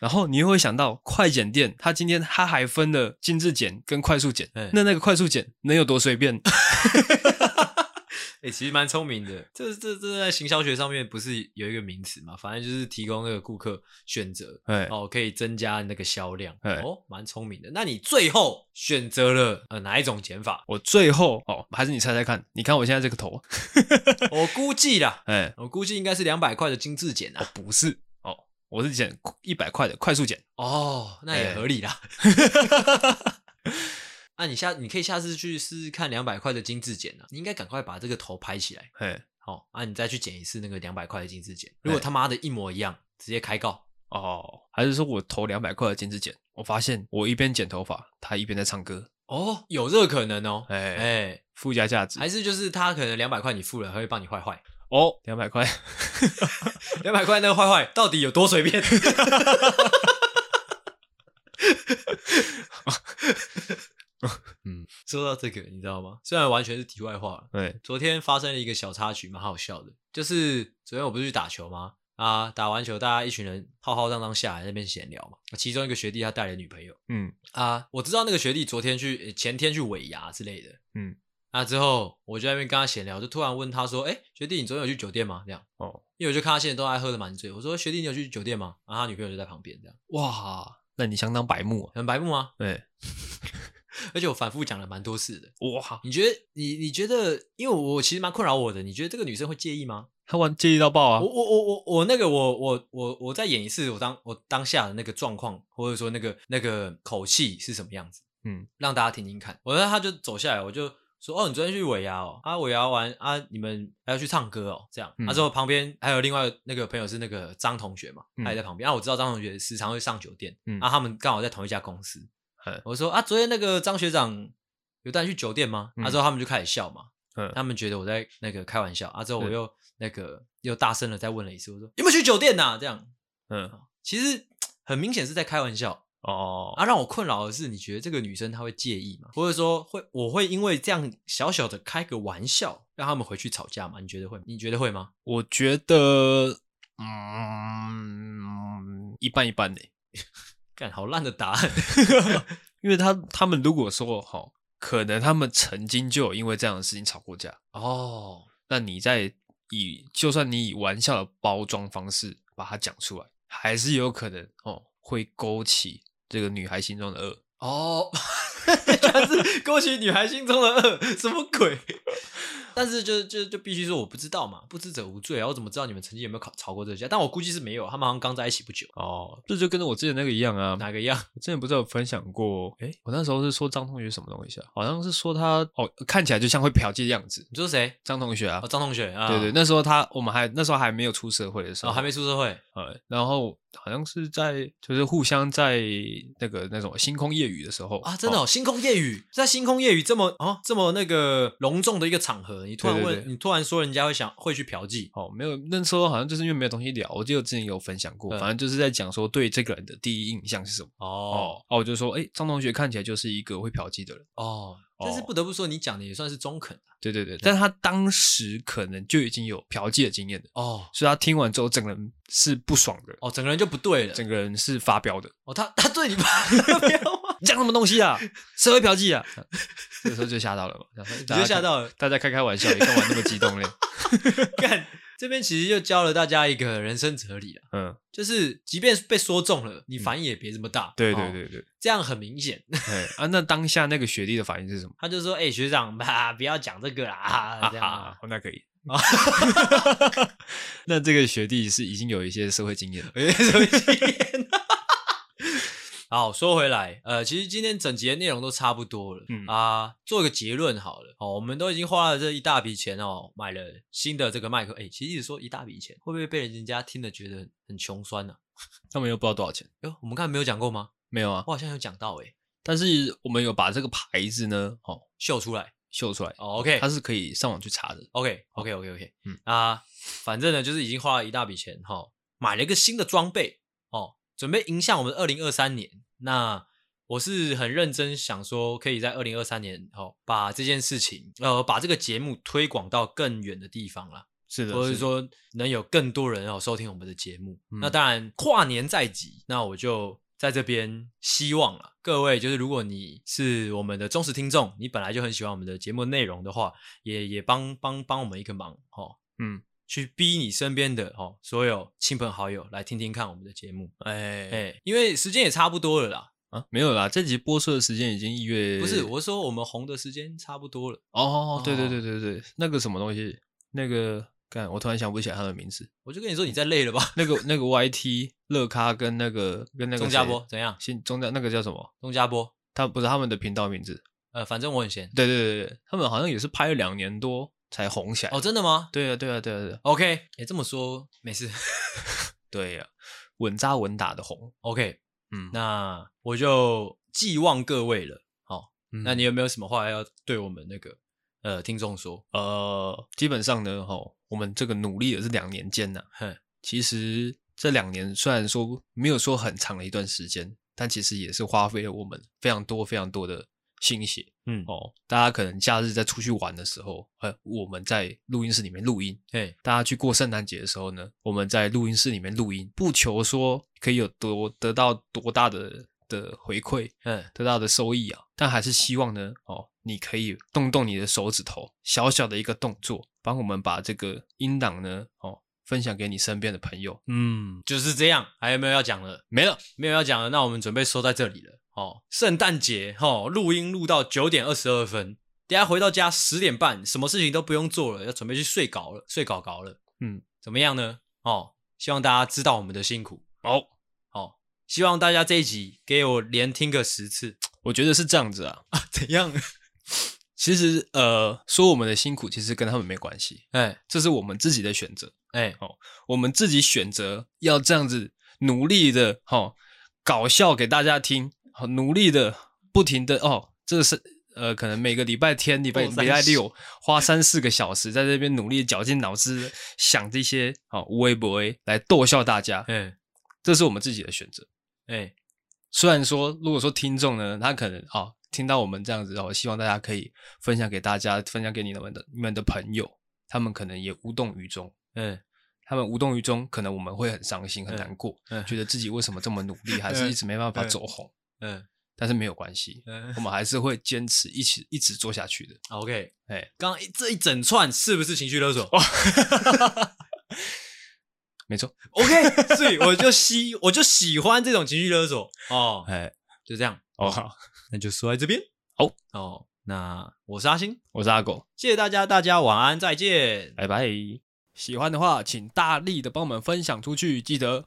Speaker 2: 然后你又会想到快剪店，它今天它还分了精致剪跟快速剪，
Speaker 1: 嗯
Speaker 2: 那那个快速剪能有多随便？
Speaker 1: 哎、欸，其实蛮聪明的。这这这在行销学上面不是有一个名词嘛？反正就是提供那个顾客选择，
Speaker 2: 哎，
Speaker 1: 哦，可以增加那个销量。
Speaker 2: 哎？
Speaker 1: 哦，蛮聪明的。那你最后选择了呃哪一种减法
Speaker 2: 我最后哦，还是你猜猜看，你看我现在这个头，
Speaker 1: 我估计啦，
Speaker 2: 哎，
Speaker 1: 我估计应该是两百块的精致减
Speaker 2: 哦
Speaker 1: 啊。，
Speaker 2: 不是哦，我是剪一百块的快速剪。
Speaker 1: 哦，那也
Speaker 2: 哎
Speaker 1: 合理啦。 那、你下你可以下次去试试看两百块的精致减啊！你应该赶快把这个头拍起来，
Speaker 2: 哎，
Speaker 1: 好啊，你再去检一次那个两百块的金质检，如果他妈的一模一样，直接开告。
Speaker 2: 哦，还是说我投两百块的金子剪，我发现我一边剪头发，他一边在唱歌，
Speaker 1: 哦，有这个可能哦。
Speaker 2: 哎
Speaker 1: 哎、
Speaker 2: 附加价值
Speaker 1: 还是就是他可能两百块你付了，他会帮你坏坏。
Speaker 2: 哦，两百块，
Speaker 1: 两百块那个坏坏到底有多随 便？ 嗯，说到这个，你知道吗？虽然完全是题外话了，
Speaker 2: 对，
Speaker 1: 昨天发生了一个小插曲，蛮好笑的。就是昨天我不是去打球吗？啊，打完球，大家一群人浩浩荡荡下来那边闲聊嘛。其中一个学弟他带了女朋友
Speaker 2: 嗯
Speaker 1: 啊，我知道那个学弟昨天去呃前天去尾牙之类的，
Speaker 2: 嗯，
Speaker 1: 啊之后我就在那边跟他闲聊，就突然问他说：“哎、学弟，你昨天有去酒店吗？”这样。
Speaker 2: 哦，
Speaker 1: 因为我就看他现在都爱喝的蛮醉，我说学弟你有去酒店吗？然后他女朋友就在旁边，这样
Speaker 2: 哇，那你相当白目啊，
Speaker 1: 很白目吗？
Speaker 2: 对，
Speaker 1: 而且我反复讲了蛮多次的。
Speaker 2: 哇，
Speaker 1: 你觉得你你觉得，因为我其实蛮困扰我的，你觉得这个女生会介意吗？
Speaker 2: 他玩介意到爆啊
Speaker 1: 我，我我我我那个我我我我再演一次我当我当下的那个状况，或者说那个那个口气是什么样子，
Speaker 2: 嗯，
Speaker 1: 让大家听听看。我然后他就走下来，我就说哦，你昨天去尾牙哦，啊尾牙完啊，你们还要去唱歌哦，这样。
Speaker 2: 嗯
Speaker 1: 啊之后旁边还有另外那个朋友是那个张同学嘛，
Speaker 2: 嗯
Speaker 1: 他也在旁边。啊我知道张同学时常会上酒店，
Speaker 2: 嗯
Speaker 1: 啊他们刚好在同一家公司
Speaker 2: 嗯。
Speaker 1: 我说啊，昨天那个张学长有带你去酒店吗？
Speaker 2: 嗯
Speaker 1: 啊之后他们就开始笑嘛，
Speaker 2: 嗯
Speaker 1: 他们觉得我在那个开玩笑啊，之后我
Speaker 2: 嗯
Speaker 1: 又那个又大声的再问了一次，我说有没有去酒店呐、这样
Speaker 2: 嗯，
Speaker 1: 其实很明显是在开玩笑
Speaker 2: 哦，
Speaker 1: 啊。让我困扰的是，你觉得这个女生她会介意吗？或者说会我会因为这样小小的开个玩笑，让他们回去吵架吗？你觉得会？你觉得会吗？
Speaker 2: 我觉得，嗯，一半一半呢、
Speaker 1: 干，好烂的答 案。
Speaker 2: 因为他他们如果说哈、哦，可能他们曾经就有因为这样的事情吵过架，
Speaker 1: 哦，
Speaker 2: 那你在以就算你以玩笑的包装方式把它讲出来，还是有可能哦会勾起这个女孩心中的恶。
Speaker 1: 哦， 全是勾起女孩心中的恶，什么鬼？ 但是就就就必须说我不知道嘛，不知者无罪啊！我怎么知道你们曾经有没有吵吵过这架？但我估计是没有，啊他们好像刚在一起不久。
Speaker 2: 哦，这就跟我之前那个一样啊！
Speaker 1: 哪个样？
Speaker 2: 我之前不是有分享过？诶，我那时候是说张同学什么东西啊？好像是说他哦，看起来就像会嫖妓的样子。
Speaker 1: 你说谁？
Speaker 2: 张同学啊
Speaker 1: 哦，，张同学啊，
Speaker 2: 对对，
Speaker 1: 对，
Speaker 2: 那时候他我们还那时候还没有出社会的时候，
Speaker 1: 哦，还没出社会，
Speaker 2: 呃，然后好像是在就是互相在那个那种星空夜雨的时候
Speaker 1: 啊，真的、哦，星空夜雨，在星空夜雨这么哦这么那个隆重的一个场合，你突然
Speaker 2: 对
Speaker 1: 问，
Speaker 2: 对对
Speaker 1: 你突然说人家会想会去嫖妓，
Speaker 2: 哦，没有，那时候好像就是因为没有东西聊，我记得之前有分享过，
Speaker 1: 嗯
Speaker 2: 反正就是在讲说对这个人的第一印象是什么。
Speaker 1: 哦
Speaker 2: 哦，我就说，哎，张同学看起来就是一个会嫖妓的人。啊
Speaker 1: 哦，但是不得不说，你讲的也算是中肯啊
Speaker 2: 对对对，但他当时可能就已经有嫖妓的经验了，
Speaker 1: 哦
Speaker 2: 所以他听完之后，整个人是不爽的，
Speaker 1: 哦，整个人就不对了，
Speaker 2: 整个人是发飙的。
Speaker 1: 哦，他他对你发飙吗？
Speaker 2: 你讲什么东西 啊？谁会嫖 妓啊？这时候就吓到了嘛，然后
Speaker 1: 你就吓，到了，
Speaker 2: 大家开大家开开玩笑，你干嘛那么 激动嘞？
Speaker 1: 干这边其实就教了大家一个人生哲理了。
Speaker 2: 嗯，
Speaker 1: 就是，即便被说中了，你反应也别这么大。
Speaker 2: 对
Speaker 1: 哦
Speaker 2: 对，对对，
Speaker 1: 这样很明显。
Speaker 2: 哎啊，那当下那个学弟的反应是什么？
Speaker 1: 他就说：“哎、学长 吧，不要讲这个啦，这样啊。
Speaker 2: 啊，那可以。 那这个学弟是已经有一些社会经验了，
Speaker 1: 有些哎什么经验？ 好，说回来，呃，其实今天整集的内容都差不多了，
Speaker 2: 嗯
Speaker 1: 啊，做个结论好了，哦，我们都已经花了这一大笔钱哦，买了新的这个麦克，哎、其实一直说一大笔钱，会不会被人家听了觉得很穷酸呢、啊
Speaker 2: 他们又不知道多少钱，
Speaker 1: 哟、我们刚才没有讲过吗？
Speaker 2: 没有啊
Speaker 1: 我。好像有讲到、诶哎，
Speaker 2: 但是我们有把这个牌子呢，哦，
Speaker 1: 秀出来，
Speaker 2: 秀出来，
Speaker 1: 哦，OK，
Speaker 2: 它是可以上网去查的。
Speaker 1: OK，OK，OK，OK，、
Speaker 2: 嗯
Speaker 1: 啊，反正呢，就是已经花了一大笔钱哈、买了一个新的装备哦，准备迎向我们二零二三年。那我是很认真想说，可以在二零二三年哦，把这件事情，呃，把这个节目推广到更远的地方啦，
Speaker 2: 是
Speaker 1: 或者
Speaker 2: 是的
Speaker 1: 说能有更多人哦收听我们的节目。
Speaker 2: 嗯
Speaker 1: 那当然，跨年在即，那我就。在这边，希望啊，各位就是如果你是我们的忠实听众，你本来就很喜欢我们的节目内容的话，也也帮帮帮我们一个忙哦，
Speaker 2: 嗯，
Speaker 1: 去逼你身边的哦所有亲朋好友来听听看我们的节目，
Speaker 2: 哎
Speaker 1: 哎、因为时间也差不多了啦，
Speaker 2: 啊，没有啦，这集播出的时间已经一月，
Speaker 1: 不是我说我们红的时间差不多了，
Speaker 2: 哦，对对
Speaker 1: 哦
Speaker 2: 对对对，那个什么东西，那个干，我突然想不起来他的名字，
Speaker 1: 我就跟你说你在累了吧，
Speaker 2: 那个那个 YT 乐咖跟那个跟那个
Speaker 1: 钟家
Speaker 2: 谁
Speaker 1: 波，怎样？
Speaker 2: 新钟家那个叫什么？
Speaker 1: 钟家波，
Speaker 2: 他不是他们的频道名字，
Speaker 1: 呃，反正我很闲，
Speaker 2: 对对对对，他们好像也是拍了两年多，才红起来。
Speaker 1: 哦，真的吗
Speaker 2: 对啊，对啊，对啊，对啊，
Speaker 1: ？OK，也这么说没事。
Speaker 2: 对啊，稳扎稳打的红。
Speaker 1: OK，
Speaker 2: 嗯，
Speaker 1: 那我就寄望各位了。
Speaker 2: 嗯
Speaker 1: 那你有没有什么话要对我们那个呃听众说？
Speaker 2: 呃，基本上呢，哈，我们这个努力也是两年间呐、
Speaker 1: 哼，
Speaker 2: 其实这两年虽然说没有说很长的一段时间，但其实也是花费了我们非常多非常多的心血
Speaker 1: 嗯，
Speaker 2: 哦。大家可能假日在出去玩的时候，呃，我们在录音室里面录音；
Speaker 1: 嘿，
Speaker 2: 大家去过圣诞节的时候呢，我们在录音室里面录音，不求说可以有多得到多大的的回馈，
Speaker 1: 嗯，
Speaker 2: 得到的收益啊，但还是希望呢，哦，你可以动动你的手指头，小小的一个动作，帮我们把这个音档呢，哦，分享给你身边的朋友。嗯，
Speaker 1: 就是这样。还有没有要讲的？
Speaker 2: 没了，
Speaker 1: 没有要讲的，那我们准备收在这里了。哦，圣诞节哦，录音录到九点二十二分，等一下回到家十点半，什么事情都不用做了，要准备去睡稿了，睡稿稿了。
Speaker 2: 嗯，
Speaker 1: 怎么样呢？哦，希望大家知道我们的辛苦。
Speaker 2: 好、
Speaker 1: 哦，希望大家这一集给我连听个十次
Speaker 2: 我觉得是这样子啊。
Speaker 1: 啊？怎样？
Speaker 2: 其实，呃，说我们的辛苦，其实跟他们没关系，
Speaker 1: 哎
Speaker 2: 这是我们自己的选择，
Speaker 1: 哎，
Speaker 2: 我们自己选择要这样子努力的，哦，搞笑给大家听，哦、努力的，不停的，哦，这是。呃，可能每个礼拜天、礼拜
Speaker 1: 做三
Speaker 2: 礼拜
Speaker 1: 十
Speaker 2: 六，花三四个小时在这边努力绞尽脑汁想这些哦微博来逗笑大家，
Speaker 1: 哎
Speaker 2: 这是我们自己的选择。
Speaker 1: 哎
Speaker 2: 虽然说，如果说听众呢，他可能哦听到我们这样子哦，希望大家可以分享给大家，分享给你们的你们的朋友，他们可能也无动于衷，
Speaker 1: 哎，
Speaker 2: 他们无动于衷，可能我们会很伤心、很难过，
Speaker 1: 嗯
Speaker 2: 觉得自己为什么这么努 力，还是一直没办法
Speaker 1: 嗯
Speaker 2: 走红，
Speaker 1: 嗯
Speaker 2: 但是没有关系，
Speaker 1: 嗯
Speaker 2: 我们还是会坚持一起一直做下去的。
Speaker 1: ，OK。
Speaker 2: 哎，
Speaker 1: 刚刚一这一整串是不是情绪勒索、
Speaker 2: 没错，
Speaker 1: o k 所以我就喜我就喜欢这种情绪勒索 哦，
Speaker 2: 哎，
Speaker 1: 就这样，
Speaker 2: 哦，好，
Speaker 1: 那就说在这边。
Speaker 2: 好
Speaker 1: 哦，那我是阿星，
Speaker 2: 我是阿狗，
Speaker 1: 谢谢大家，大家晚安，再见。
Speaker 2: 拜拜。喜欢的话，请大力的帮我们分享出去，记得